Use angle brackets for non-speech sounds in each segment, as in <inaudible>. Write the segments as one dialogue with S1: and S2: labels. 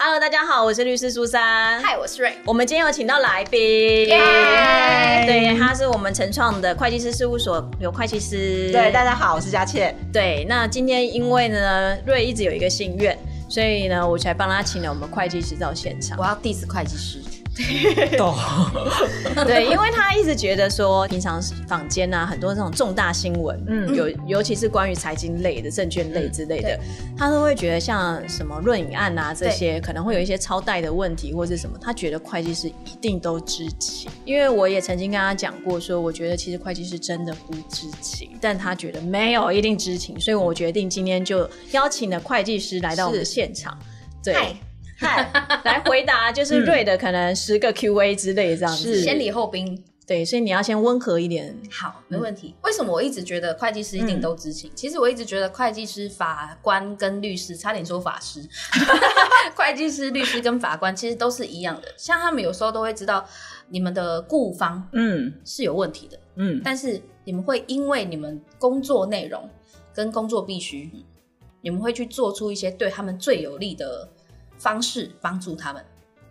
S1: Hello，大家好，我是律师苏珊。
S2: 嗨，我是瑞。
S1: 我们今天有请到来宾，
S2: 耶
S1: 对，他是我们成创的会计师事务所刘会计师。
S3: 对，大家好，我是佳倩。
S1: 对，那今天因为呢，瑞一直有一个心愿，所以呢，我才帮他请了我们会计师到现场
S2: 我。要 diss 会计师，
S3: 懂，
S1: 对，因为他一直觉得说，平常坊间啊，很多这种重大新闻，嗯，
S3: 嗯
S1: 有尤其是关于财经类的、证券类之类的，他都会觉得像什么论影案啊这些，可能会有一些超贷的问题或是什么，他觉得会计师一定都知情。因为我也曾经跟他讲过说我觉得其实会计师真的不知情，但他觉得没有一定知情，所以我决定今天就邀请了会计师来到我们
S3: 是
S1: 现场。对，
S2: 嗨，
S1: 嗨来回答就是瑞的可能十个 Q&A 之类这样子，
S3: 是
S2: 先礼后兵。嗯
S1: 对，所以你要先温和一点。
S2: 好，没问题。为什么我一直觉得会计师一定都知情？其实我一直觉得会计师、法官跟律师， <laughs> 差点说法师，会计师、律师跟法官其实都是一样的。像他们有时候都会知道你们的雇方
S3: 嗯
S2: 是有问题的，
S3: 嗯，
S2: 但是你们会因为你们工作内容跟工作必须，你们会去做出一些对他们最有利的方式帮助他们，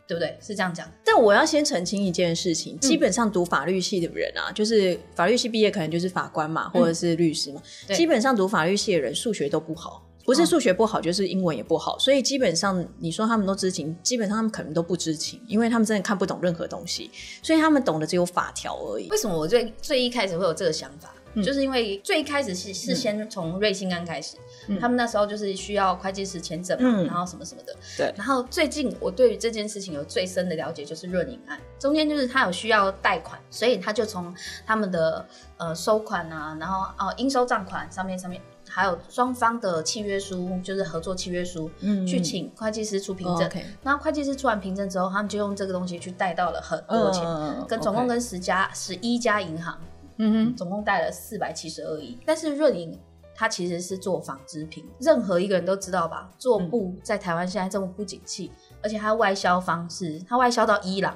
S2: 对不对？是这样讲的。
S1: 但我要先澄清一件事情，基本上读法律系的人啊，就是法律系毕业可能就是法官嘛，或者是律师嘛。
S2: 对
S1: 基本上读法律系的人数学都不好，不是数学不好，就是英文也不好。所以基本上你说他们都知情，基本上他们可能都不知情，因为他们真的看不懂任何东西，所以他们懂的只有法条而已
S2: 为。什么我最最一开始会有这个想法？
S1: 嗯
S2: 就是因为最一开始是是先从瑞幸安开始，
S1: 嗯
S2: 他们那时候就是需要会计师签证嘛，
S3: 嗯
S2: 然后什么什么的。
S3: 对
S2: 然后最近我对于这件事情有最深的了解，就是润银案中间就是他有需要贷款，所以他就从他们的呃收款啊，然后哦、应收账款上面上面，还有双方的契约书，就是合作契约书，
S1: 嗯
S2: 去请会计师出凭
S1: 哦
S2: 证。
S1: ，OK
S2: 然后会计师出完凭证之后，他们就用这个东西去贷到了很多钱。
S3: 嗯
S2: 跟总共跟十家十一家银行，
S1: 嗯
S2: 总共贷了四百七十二亿。但是润银它其实是做纺织品，任何一个人都知道吧？做布在台湾现在这么不景气，而且它外销方式，它外销到伊朗，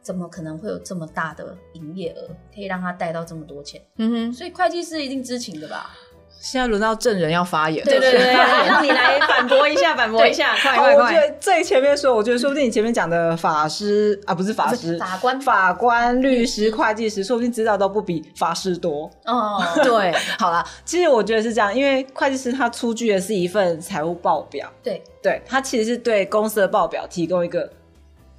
S2: 怎么可能会有这么大的营业额，可以让他贷到这么多钱？
S1: 哼，嗯哼，
S2: 所以会计师一定知情的吧？
S3: 现在轮到证人要发言。
S1: 对对对，
S2: 对
S1: 让你来反驳一下，反驳一下，快
S3: 哦，
S1: 快
S3: 我觉
S1: 快！
S3: 得最前面说，我觉得说不定你前面讲的法师啊，不是法师，
S2: 法官
S3: 法官、律师、会计师，说不定知道都不比法师多。
S2: 哦，
S1: 对，
S3: 好啦，其实我觉得是这样，因为会计师他出具的是一份财务报表，
S2: <laughs> 对
S3: 对他其实是对公司的报表提供一个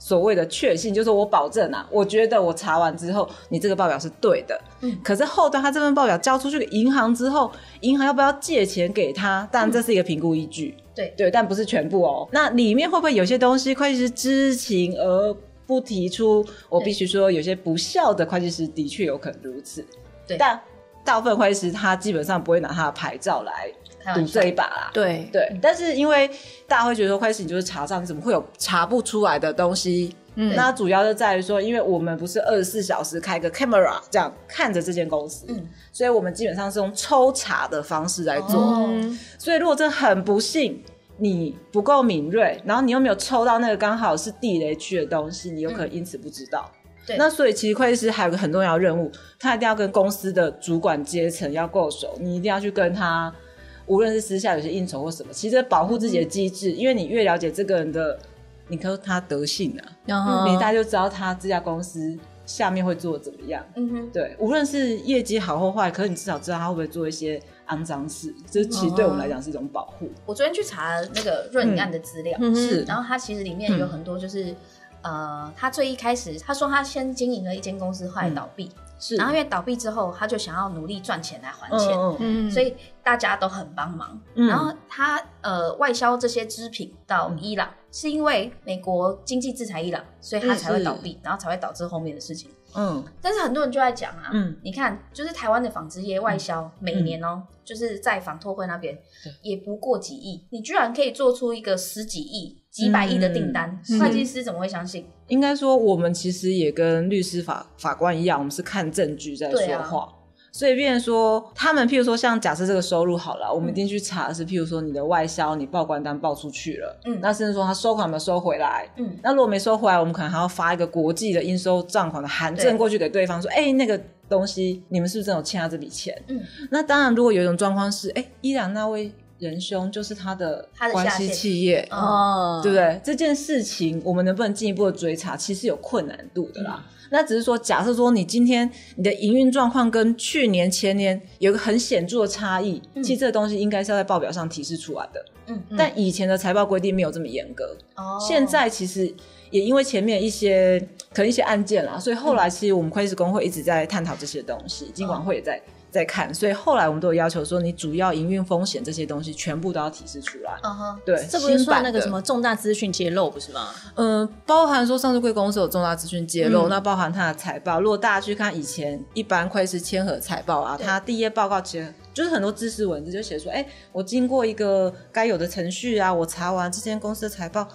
S3: 所谓的确信，就是我保证啊，我觉得我查完之后，你这个报表是对的。
S2: 嗯
S3: 可是后端他这份报表交出去给银行之后，银行要不要借钱给他？当然这是一个评估依据，
S2: 嗯对
S3: 对，但不是全部哦。那里面会不会有些东西会计师知情而？不提出，我必须说，有些不孝的会计师的确有可能如此。
S2: 对
S3: 但大部分会计师他基本上不会拿他的牌照来
S2: 开玩
S3: 赌
S2: 笑
S3: 这，一把啦。
S1: 对，
S3: 对，但是因为大家会觉得说会计你就是查账，你怎么会有查不出来的东西？
S1: 嗯
S3: 那主要就在于说，因为我们不是二十四小时开个 camera 这样看着这间公司，
S2: 嗯
S3: 所以我们基本上是用抽查的方式来做。
S2: 哦
S1: 嗯
S3: 所以如果真的很不幸，你不够敏锐，然后你又没有抽到那个刚好是地雷区的东西，你有可能因此不知道。
S2: 对
S3: 那所以其实会计师还有个很重要的任务，他一定要跟公司的主管阶层要够熟，你一定要去跟他，无论是私下有些应酬或什么，其实这保护自己的机制，因为你越了解这个人的，你看他德性啊，
S1: 然后
S3: 你大家就知道他这家公司下面会做怎么样。
S2: 嗯哼，
S3: 对，无论是业绩好或坏，可是你至少知道他会不会做一些肮脏事，这其实对我们来讲是一种保护。
S2: 我昨天去查那个润银案的资料，
S1: 嗯哼嗯
S3: 是
S2: 然后他其实里面有很多就是，呃，他最一开始他说他先经营了一间公司，后来倒闭，
S1: 嗯
S3: 是
S2: 然后因为倒闭之后，他就想要努力赚钱来还钱，
S3: 嗯嗯
S1: 嗯
S2: 所以大家都很帮忙。
S3: 嗯
S2: 然后他呃外销这些织品到
S1: 嗯
S2: 伊朗，是因为美国经济制裁伊朗，所
S1: 嗯
S2: 以他才会倒闭，然后才会导致后面的事情。
S3: 嗯
S2: 但是很多人就在讲啊，
S3: 嗯
S2: 你看，就是台湾的纺织业外销，每年哦、就是在纺拓会那边
S3: 对
S2: 也不过几亿，你居然可以做出一个十几亿、几百亿的订单，
S1: 嗯
S2: 会计师怎么会相信？
S3: 应该说我们其实也跟律师法法官一样，我们是看证据在
S2: 对
S3: 说
S2: 啊
S3: 话。所以，变成说，他们譬如说，像假设这个收入好了，我
S2: 嗯
S3: 们一定去查的是，譬如说你的外销，你报关单报出去了，
S2: 嗯
S3: 那甚至说他收款有没有收回来，
S2: 嗯，
S3: 那如果没收回来，我们可能还要发一个国际的应收账款的函
S2: 对
S3: 证过去给对方说，哎、那个东西你们是不是真的有欠他这笔钱？
S2: 嗯，
S3: 那当然，如果有一种状况是，哎、伊朗那位仁兄就是他的
S2: 他的下
S3: 关系
S2: 线
S3: 企业，
S2: 嗯
S1: 哦，
S3: 对不对？这件事情我们能不能进一步的追查，其实有困难度的
S2: 嗯
S3: 啦。那只是说，假设说你今天你的营运状况跟去年、前年有一个很显著的差异，其实这个东西应该是要在报表上提示出来的。
S2: 嗯，嗯
S3: 但以前的财报规定没有这么严格，
S2: 哦
S3: 现在其实也因为前面一些可能一些案件啦，所以
S1: 嗯
S3: 后来其实我们会计师工会一直在探讨这些东西，金
S1: 哦
S3: 管会也在在看，所以后来我们都有要求说，你主要营运风险这些东西全部都要提示出来。
S2: 嗯哼，
S3: 对，
S1: 哦这不是
S3: 新版
S1: 算那个
S3: 的
S1: 什么重大资讯揭露不是吗？
S3: 嗯，包含说上市贵公司有重大资讯揭露，那包含它的财报。如果大家去看以前一般会计师签合财报啊，
S2: 对
S3: 它第一页报告其实就是很多知识文字，就写说，哎、我经过一个该有的程序啊，我查完这间公司的财报，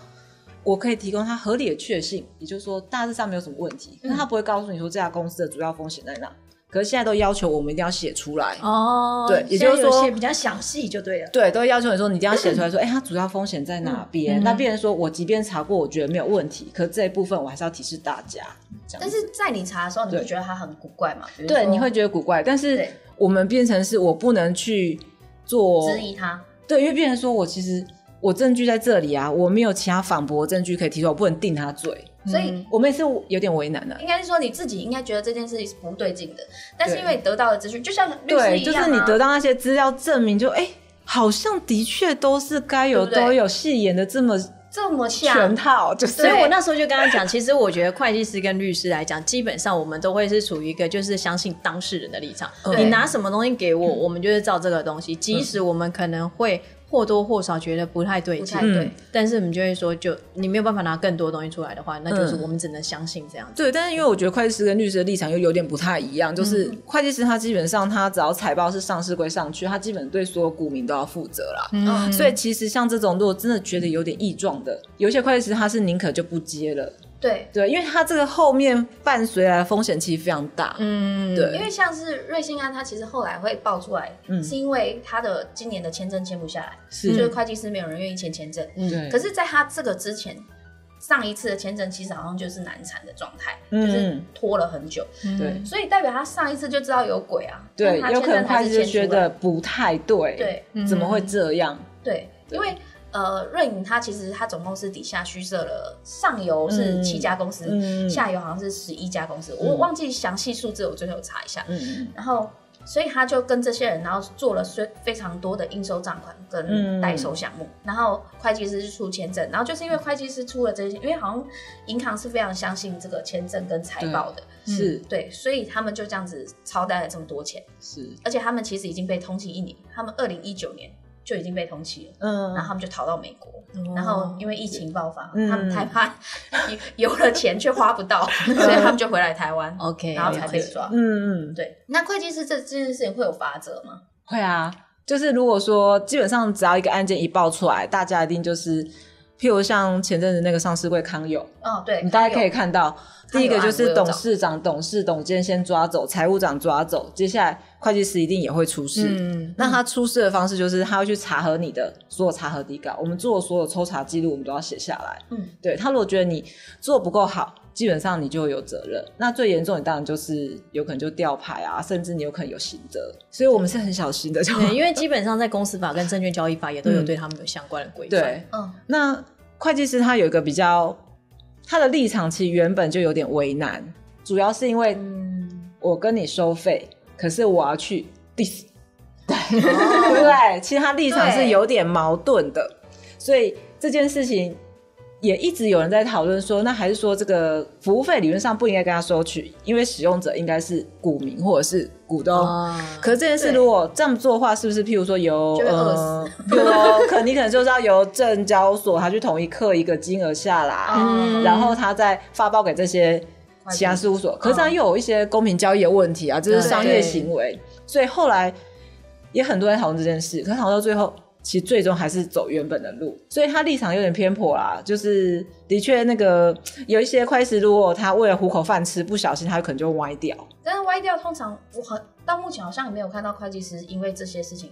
S3: 我可以提供它合理的确信，也就是说大致上没有什么问题，那它不会告诉你说这家公司的主要风险在哪。可是现在都要求我们一定要写出来，
S1: 哦，
S3: 对也就
S2: 现
S3: 是
S2: 在有
S3: 说
S2: 一些比较详细就对了。
S3: 对，都会要求你说你一定要写出
S2: <clears throat>
S3: 来说，哎、它主要风险在哪
S2: 嗯
S3: 边？那变成说我即便查过，我觉得没有问题，可这一部分我还是要提示大家。这样
S2: 但是在你查的时候，你会
S3: 对
S2: 觉得它很古怪嘛？比如
S3: 对，
S2: 说
S3: 你会觉得古怪，但是
S2: 对
S3: 我们变成是我不能去做
S2: 质疑它，
S3: 对，因为变成说我其实我证据在这里啊，我没有其他反驳证据可以提出来，我不能定他罪。
S2: 所以
S3: 我们也是有点为难的、啊
S2: 应该是说你自己应该觉得这件事情是不对劲的，但是
S3: 对
S2: 因为你得到的资讯，就像律师
S3: 对，
S2: 一
S3: 就
S2: 样、啊，
S3: 是你得到那些资料证明就，哎，好像的确都是该有
S2: 对不对啊
S3: 都有戏演的这么
S2: 这么像，
S3: 全套，就是
S2: 啊
S1: 所以我那时候就跟他讲，其实我觉得会计师跟律师来讲，基本上我们都会是处于一个就是相信当事人的立场。
S3: 对
S1: 你拿什么东西给我，我们就是照这个东西，即使我们可能会或多或少觉得不太对
S2: 不
S1: 劲
S2: 太，对。
S3: 嗯
S1: 但是我们就会说，就你没有办法拿更多东西出来的话，那就是我们只能相信这样子。
S3: 对，但是因为我觉得会计师跟律师的立场又有点不太一
S2: 嗯
S3: 样，就是会计师他基本上他只要财报是上市归上去，他基本对所有股民都要负责啦。
S2: 嗯
S3: 所以其实像这种，如果真的觉得有点异状的，有一些会计师他是宁可就不接了，
S2: 对，
S3: 对，因为他这个后面伴随来的风险其实非常大，
S1: 嗯，
S3: 对嗯
S2: 因为像是瑞幸案，它其实后来会爆出来，是因为它的今年的签证签不下来，就是
S3: 是，
S2: 会计师没有人愿意签签证。
S3: 对
S2: 可是，在他这个之前，上一次的签证其实好像就是难产的状态，
S3: 嗯
S2: 就是拖了很久，
S3: 对
S2: 所以代表他上一次就知道有鬼啊。
S3: 对，
S2: 嗯但他
S3: 有
S2: 签
S3: 可能
S2: 证还
S3: 会
S2: 是
S3: 计师
S2: 签
S3: 觉
S2: 出来
S3: 得不太对，
S2: 对，嗯
S3: 怎么会这样？
S2: 对，因为呃，瑞银它其实它总公司底下虚设了上游是七家公司，
S3: 嗯嗯
S2: 下游好像是十一家公司，我忘记详细数字，我最后有查一下。
S3: 嗯，
S2: 然后，所以他就跟这些人，然后做了非非常多的应收账款跟
S3: 嗯
S2: 代收项目，然后会计师出签证，然后就是因为会计师出了这些，因为好像银行是非常相信这个签证跟财报的，
S3: 是
S2: 对，所以他们就这样子超贷了这么多钱，
S3: 是，
S2: 而且他们其实已经被通缉一年，他们二零一九年就已经被通缉了。
S3: 嗯哦
S2: 然后他们就逃到美国，
S1: 嗯
S2: 然后因为疫情爆发，
S3: 嗯
S2: 他们太怕有有了钱却花不
S3: <laughs>
S2: 到，所以他们就回来台湾，
S3: 哦
S1: OK，
S2: 然后才被
S1: 了解
S2: 抓。
S3: 嗯嗯。
S2: 对，那会计师这这件事情会有法则吗？
S3: 会啊，就是如果说基本上只要一个案件一爆出来，大家一定就是，譬如像前阵子那个上市会康友，
S2: 哦，对，
S3: 你大
S2: 还
S3: 家
S2: 有
S3: 可以看到，
S2: 康友啊
S3: 第一个就
S2: 案我
S3: 是
S2: 有找
S3: 董事长、董事、董监先抓走，财务长抓走，接下来会计师一定也会出事。
S1: 嗯，
S3: 那他出事的方式就是他会去查核你的所有查核底稿，我们做的所有抽查记录，我们都要写下来。
S2: 嗯，
S3: 对他如果觉得你做不够好，基本上你就有责任。那最严重，你当然就是有可能就吊牌啊，甚至你有可能有刑责。所以我们是很小心的， <laughs> 就
S1: 对，因为基本上在公司法跟证券交易法也都有对他们有相关的规范。
S3: 嗯对。
S2: 嗯，
S3: 那会计师他有一个比较，他的立场其实原本就有点为难，主要是因为我跟你收费，可是我要去 diss，对 <laughs> 对不对？其实他立场是有点矛盾的，所以这件事情也一直有人在讨论说，那还是说这个服务费理论上不应该跟他收取，因为使用者应该是股民或者是股东。
S1: 啊，
S3: 可是这件事
S2: 对
S3: 如果这样做的话，是不是譬如说由
S2: 就会饿
S3: 呃，
S2: <laughs>
S3: 譬如说可能你可能就是要由证交所他去统一刻一个金额下来，
S2: 嗯
S3: 然后他再发包给这些
S2: 计
S3: 其他事务
S2: 嗯
S3: 所。可是这样又有一些公平交易的问题啊，这是商业行为，所以后来也很多人讨论这件事，可是讨论到最后。其实最终还是走原本的路，所以他立场有点偏颇啦。就是的确，那个有一些会计师，如果他为了糊口饭吃，不小心他可能就歪掉。
S2: 但是歪掉通常我很到目前好像也没有看到会计师因为这些事情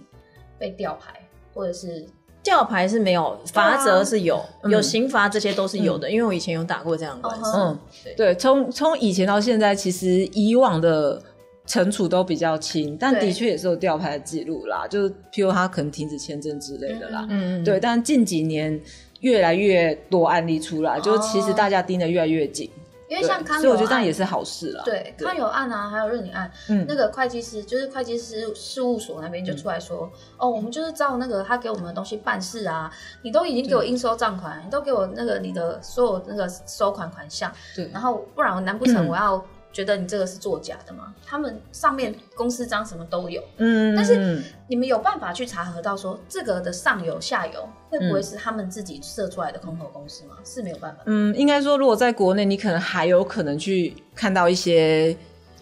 S2: 被吊牌，或者是
S1: 吊牌是没有，罚则是有，
S3: 嗯
S1: 有刑罚这些都是有的，因为我以前有打过这样的官司。
S2: 嗯
S3: 嗯，对，从从以前到现在，其实以往的惩处都比较轻，但
S2: 对
S3: 的确也是有吊牌的记录啦，就是譬如他可能停止签证之类的啦。
S1: 嗯嗯
S3: 对，但近几年越来越多案例出来，就是其实大家盯得越来越紧。
S2: 哦因为
S3: 对
S2: 像康
S3: 所以
S2: 有
S3: 我觉得这样
S2: 案
S3: 也是好事啦。
S2: 对，康有案啊，还有认领案，
S3: 嗯
S2: 那个会计师就是会计师事务所那边就出来说，哦，我们就是照那个他给我们的东西办事啊，你都已经给我应收账款，你都给我那个你的所有那个收款款项，
S3: 对
S2: 然后不然我难不成
S3: 嗯
S2: 我要觉得你这个是作假的吗？他们上面公司章什么都有，
S3: 嗯，
S2: 但是
S3: 嗯
S2: 你们有办法去查核到说这个的上游下游会不会是他们自己设出来的空头公司吗？是没有办法的。
S3: 嗯，应该说，如果在国内，你可能还有可能去看到一些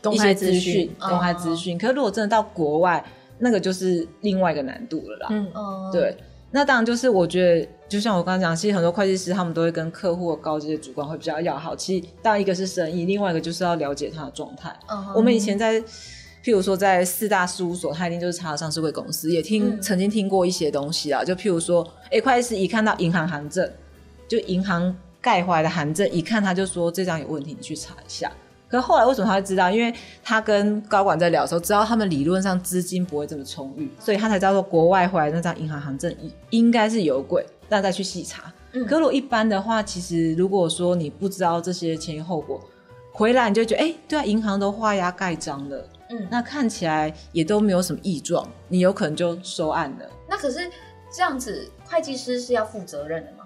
S1: 公
S3: 一
S1: 开
S3: 些
S1: 资
S3: 资
S1: 讯
S3: 讯、公开
S2: 哦
S3: 资讯。可是如果真的到国外，那个就是另外一个难度了啦。
S1: 嗯
S2: 嗯，
S3: 对，那当然就是我觉得，就像我刚刚讲，其实很多会计师他们都会跟客户的高阶主管会比较要好。其实当然一个是生意，另外一个就是要了解他的状态。
S2: 嗯哼，
S3: 我们以前在，譬如说在四大事务所，他一定就是查了上市贵公司，也听、
S2: 嗯
S3: 曾经听过一些东西啊，就譬如说，哎、会计师一看到银行函证，就银行盖回来的函证，一看他就说这张有问题，你去查一下。可是后来为什么他会知道？因为他跟高管在聊的时候，知道他们理论上资金不会这么充裕，所以他才知道说国外回来那张银行函证应应该是有鬼，那再去细查。
S2: 嗯
S3: 可如果一般的话，其实如果说你不知道这些前因后果，回来你就觉得，哎、对啊，银行都画押盖章了，
S2: 嗯
S3: 那看起来也都没有什么异状，你有可能就收案了。
S2: 那可是这样子，会计师是要负责任的吗？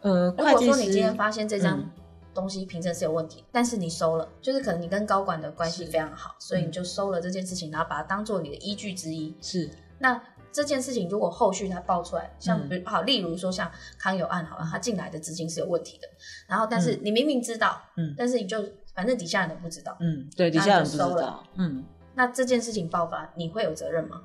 S3: 呃，
S2: 如
S3: 会
S2: 果
S3: 计
S2: 说你今
S3: 师
S2: 天发现这张
S3: 嗯
S2: 东西凭证是有问题，但是你收了，就是可能你跟高管的关系非常
S3: 嗯
S2: 好，所以你就收了这件事情，然后把它当做你的依据之一。
S3: 是
S2: 那这件事情如果后续它爆出来，像
S3: 嗯
S2: 比如、好，例如说像康有案好了，他进来的资金是有问题的，然后但是你明明知道，
S3: 嗯
S2: 但是你就反正底下人都不知道，
S3: 嗯，对，底
S2: 那
S3: 下人
S2: 你
S3: 不
S2: 就
S3: 知
S2: 收了
S3: 道，嗯。
S2: 那这件事情爆发，你会有责任吗？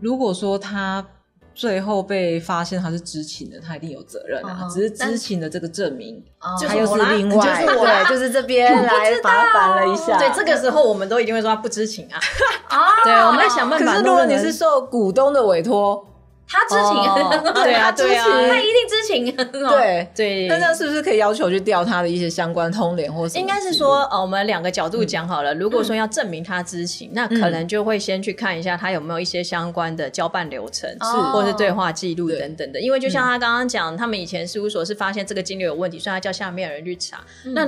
S3: 如果说他最后被发现他是知情的，他一定有责任啊
S2: 嗯哼
S3: 只是
S2: 但
S3: 知情的这个证明，
S2: 哦
S1: 就
S3: 他又是另外，
S1: 就是我啦
S3: 对，就是这边
S1: 我不
S3: 来麻烦了一下。
S1: 对，这个时候我们都一定会说他不知情啊。
S2: 啊，
S1: 对，我们会想办
S3: 可
S1: 法
S3: 是
S1: 弄
S3: 如
S1: 得很。
S3: 果你是受股东的委托，
S2: 他知情， <laughs>
S3: 哦对啊
S2: 他知
S3: 对啊
S2: 情他一定知情， <laughs> 哦
S3: 对，
S1: 对，
S3: 那这样是不是可以要求去调他的一些相关通联或什么？
S1: 应该是说，，呃，我们两个角度讲好了。如果说要证明他知情，那可能就会先去看一下他有没有一些相关的交办流程，
S2: 哦
S1: 或是对话记录等等的。因为就像他刚刚讲，他们以前事务所是发现这个金流有问题，所以他叫下面的人去查。那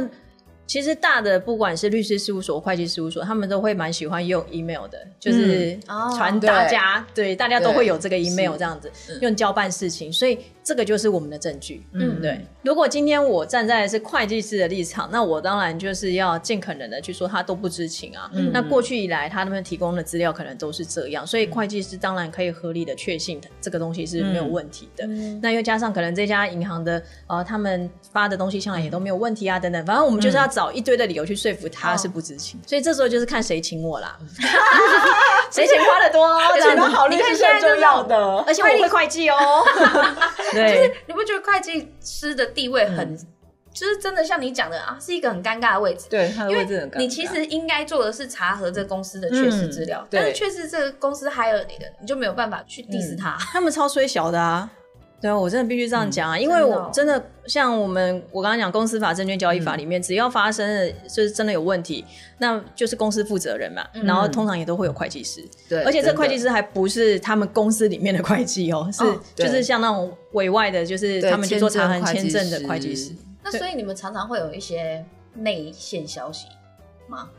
S1: 其实大的不管是律师事务所、会计事务所，他们都会蛮喜欢用 email 的，就是
S2: 哦
S1: 传大家对大家都会有这个 email 这样子用交办事情，所以这个就是我们的证据。
S2: 嗯
S1: 对。如果今天我站在的是会计师的立场，那我当然就是要尽可能的去说他都不知情啊。那过去以来他们提供的资料可能都是这样，所以会计师当然可以合理的确信这个东西是没有问题的。那又加上可能这家银行的呃，他们发的东西向来也都没有问题啊，等等。反正我们就是要找一堆的理由去说服他是不知情，所以这时候就是看谁请我啦， <laughs> 谁钱花的多 <laughs> 哦，这样
S3: 请
S1: 子
S3: 到好
S1: 嗯
S3: 律
S1: 你看
S3: 师是
S1: 现在
S3: 很
S1: 就
S3: 重
S1: 是
S3: 要的。
S1: 而且我会会计 <laughs> 哦，对，
S2: 你不觉得会计师的地位很，
S3: 嗯
S2: 就是真的像你讲的啊，是一个很尴尬的位置。
S3: 对，他的
S2: 因
S3: 位置很
S2: 为
S3: 尴尬。
S2: 你其实应该做的是查核这公司的确实资料，
S3: 嗯
S2: 但是
S3: 对嗯
S2: 确实这个公司 hire 你的，你就没有办法去 diss 他。
S1: 他们超衰小的啊。对啊，我真的必须这样讲啊，因为
S2: 真的哦
S1: 我真的像我们我刚刚讲公司法、证券交易法里面，只要发生了就是真的有问题，那就是公司负责人嘛，然后通常也都会有会计师，
S3: 对
S1: 而且这
S3: 真的
S1: 会计师还不是他们公司里面的会计哦，是
S2: 哦
S3: 对
S1: 就是像那种委外的，就是
S3: 对
S1: 他们去做查
S3: 签
S1: 函
S3: 证
S1: 签证的
S3: 会
S1: 会
S3: 计
S1: 计
S3: 师
S1: 师。
S2: 那所以你们常常会有一些内线消息，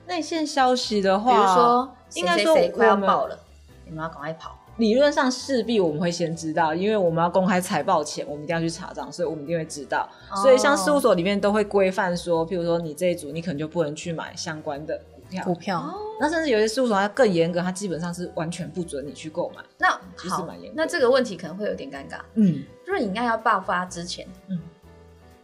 S3: 内线消息的
S2: 比如
S3: 话，
S2: 说谁
S3: 应该
S2: 谁
S3: 说
S2: 谁快要
S3: 我们
S2: 爆了，你们要赶快跑。
S3: 理论上势必我们会先知道，因为我们要公开财报前，我们一定要去查账，所以我们一定会知道。
S2: 哦
S3: 所以像事务所里面都会规范说，譬如说你这一组，你可能就不能去买相关的股票。
S2: 哦
S1: 股票，
S3: 那甚至有些事务所它更严格，它基本上是完全不准你去购买。
S2: 那
S3: 其实
S2: 好
S3: 蛮严格，
S2: 那这个问题可能会有点尴尬。
S3: 嗯，
S2: 润影案要爆发之前，
S3: 嗯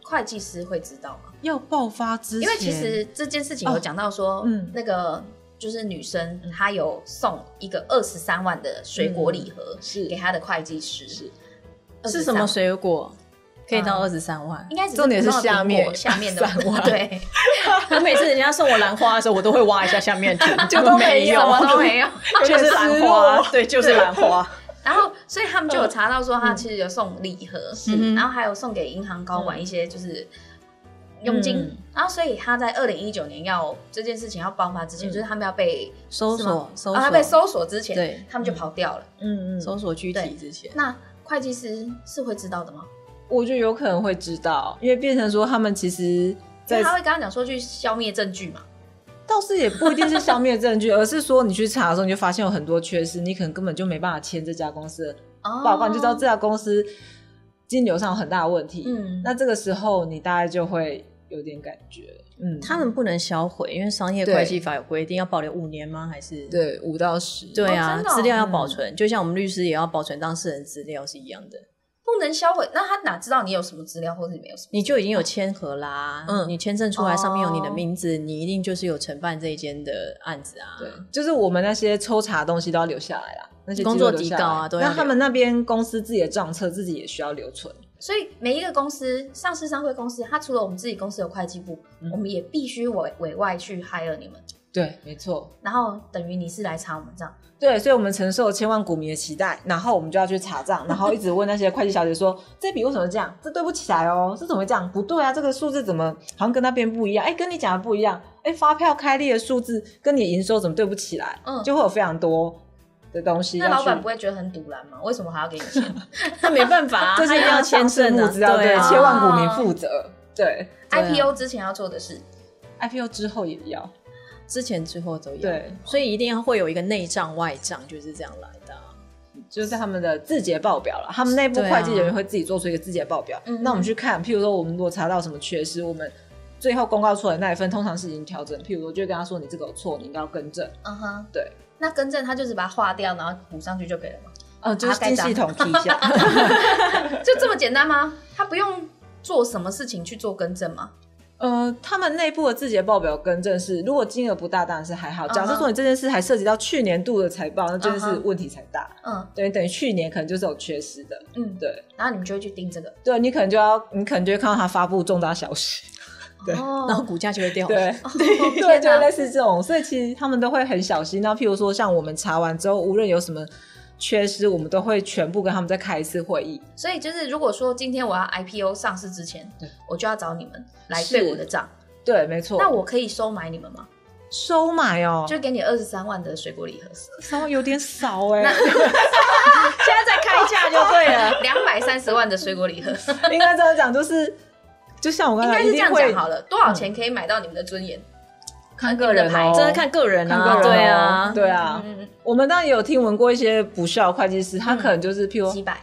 S2: 会计师会知道吗？
S3: 要爆发之前，
S2: 因为其实这件事情有讲到说，
S3: 嗯
S2: 那个就是女生她有送一个二十三万的水果礼盒、
S3: 嗯是
S2: 给她的会计师，
S3: 是
S2: 23
S1: 是什么？水果嗯可以到二十三 <laughs> 万？
S2: 应该只
S3: 重点是
S2: 普通的苹
S3: 下面
S2: 果下面的
S3: 23万
S2: 对，
S1: 我每次人家送我兰花的时候，我都会挖一下下面去，
S3: <laughs>
S2: <laughs>
S3: 就都没有
S1: 有，
S2: 什么都
S3: <laughs>
S2: 没有。
S1: <laughs> 就是兰花，对，就是兰花。
S2: 然后，所以他们就有
S3: 嗯
S2: 查到说，他其实有送礼盒，
S1: 嗯
S3: 嗯
S2: 然后还有送给银行高管一些就是佣金。
S1: 嗯
S2: 然后所以他在二零一九年要这件事情要爆发之
S3: 嗯
S2: 前，就是他们要被
S1: 搜
S2: 是吗
S1: 索搜索，
S2: 啊，他被搜索之前，
S1: 对
S2: 他们就跑掉了。
S3: 嗯嗯，
S1: 搜索躯
S2: 对
S1: 体之前，
S2: 那会计师是会知道的吗？
S3: 我觉得有可能会知道，因为变成说他们其实
S2: 因
S3: 在
S2: 为他会跟他讲说去消灭证据嘛。
S3: <laughs> 倒是也不一定是消灭证据，而是说你去查的时候，你就发现有很多缺失，你可能根本就没办法签这家公司的
S2: 哦，
S3: 报告，你就知道这家公司金流上有很大的问题。
S2: 嗯
S3: 那这个时候你大概就会有点感觉，嗯，
S1: 他们不能销毁，因为商业
S3: 对
S1: 会计法有规定要保留五年吗？还是
S3: 对五到十，
S1: 对
S2: 哦
S1: 啊
S2: 真的哦，
S1: 资料要保存，就像我们律师也要保存当事人资料是一样的。
S2: 不能销毁，那他哪知道你有什么资料，或者你没有什么？
S1: 你就已经有签合啦，
S3: 嗯
S1: 你签证出来上面有你的
S2: 哦
S1: 名字，你一定就是有承办这一间的案子啊。
S3: 对，就是我们那些抽查的东西都要留下来啦，那些
S1: 工作
S3: 记录留下
S1: 底稿啊
S3: 来
S1: 都要
S3: 那
S1: 留
S3: 他们那边公司自己的账册自己也需要留存，
S2: 所以每一个公司，上市商会公司，它除了我们自己公司有会计部，
S3: 嗯
S2: 我们也必须委委外去 hire 你们，
S3: 对，没错。
S2: 然后等于你是来查我们账。
S3: 对，所以我们承受千万股民的期待，然后我们就要去查账，然后一直问那些会计小姐说：“这笔为什么这样？这对不起来哦，这怎么会这样？不对啊，这个数字怎么好像跟那边不一样？哎，跟你讲的不一样。哎，发票开立的数字跟你营收怎么对不起来？
S2: 嗯
S3: 就会有非常多的东西要
S2: 那老
S3: 去。
S2: 板不会觉得很堵然吗？为什么还要给你
S3: <laughs>
S2: 钱？
S1: 那没办法、啊，
S3: 这
S1: 他
S3: 是
S1: 一定要签证
S3: 的
S1: 啊，
S3: 资料，
S1: 对啊，
S3: 千万股民负责。对
S1: 对啊
S2: IPO 之前要做的事，
S3: ，IPO 之后也要。
S1: 之前之后都有，
S3: 对，
S1: 所以一定要会有一个内账外账，就是这样来的啊、
S3: 就是他们的字节报表了，他们内部
S1: 对啊
S3: 会计人员会自己做出一个字节报表。
S2: 嗯
S3: 那我们去看，譬如说我们如果查到什么缺失，我们最后公告出来的那一份通常是已经调整，譬如说就会跟他说你这个有错，你应该要更正。
S2: 嗯哼，
S3: 对。
S2: 那更正他就只把它划掉，然后补上去就可以了吗？
S3: 哦，就
S2: 把
S3: 是
S2: 它盖
S3: 进
S2: 章
S3: 系统 key
S2: <laughs>
S3: 一下，
S2: 就这么简单吗？他不用做什么事情去做更正吗？
S3: 呃，他们内部的字节报表更正是，如果金额不大，当然是还好。假设
S2: 嗯哼
S3: 说你这件事还涉及到去年度的财报，那真的是
S2: 嗯哼
S3: 问题才大。
S2: 嗯
S3: 对，等于去年可能就是有缺失的。
S2: 嗯，
S3: 对，
S2: 然后你们就会去盯这个，
S3: 对你可能就要，你可能就会看到他发布重大消息。对 <laughs>
S2: 哦
S1: 然后股价就会掉。
S3: 对， <laughs> 对，
S2: 天
S3: 就
S2: 哪
S3: 类似这种，所以其实他们都会很小心。那譬如说，像我们查完之后，无论有什么缺失，我们都会全部跟他们再开一次会议。
S2: 所以就是，如果说今天我要 IPO 上市之前
S3: 对，
S2: 我就要找你们来
S3: 是
S2: 对我的账。
S3: 对，没错。
S2: 那我可以收买你们吗？
S3: 收买哦，
S2: 就给你二十三万的水果礼盒，现
S3: 稍微有点少
S2: <laughs>
S3: 哎、
S2: 在再开价就对了， <laughs> 两百三十万的水果礼
S3: <laughs>
S2: 盒，应
S3: 应该这样讲，就是就像我刚
S2: 该
S3: 才
S2: 是
S3: 啊一
S2: 这
S3: 定
S2: 样
S3: 会嗯
S2: 讲好了。多少钱可以买到你们的尊严？
S3: 看个人哦，
S1: 真的看个人
S3: 看
S1: 啊，
S3: 个人哦
S1: 对啊，
S3: 对啊。
S2: 嗯，
S3: 我们当然也有听闻过一些不孝会计师，他可能就是譬如
S2: 几嗯百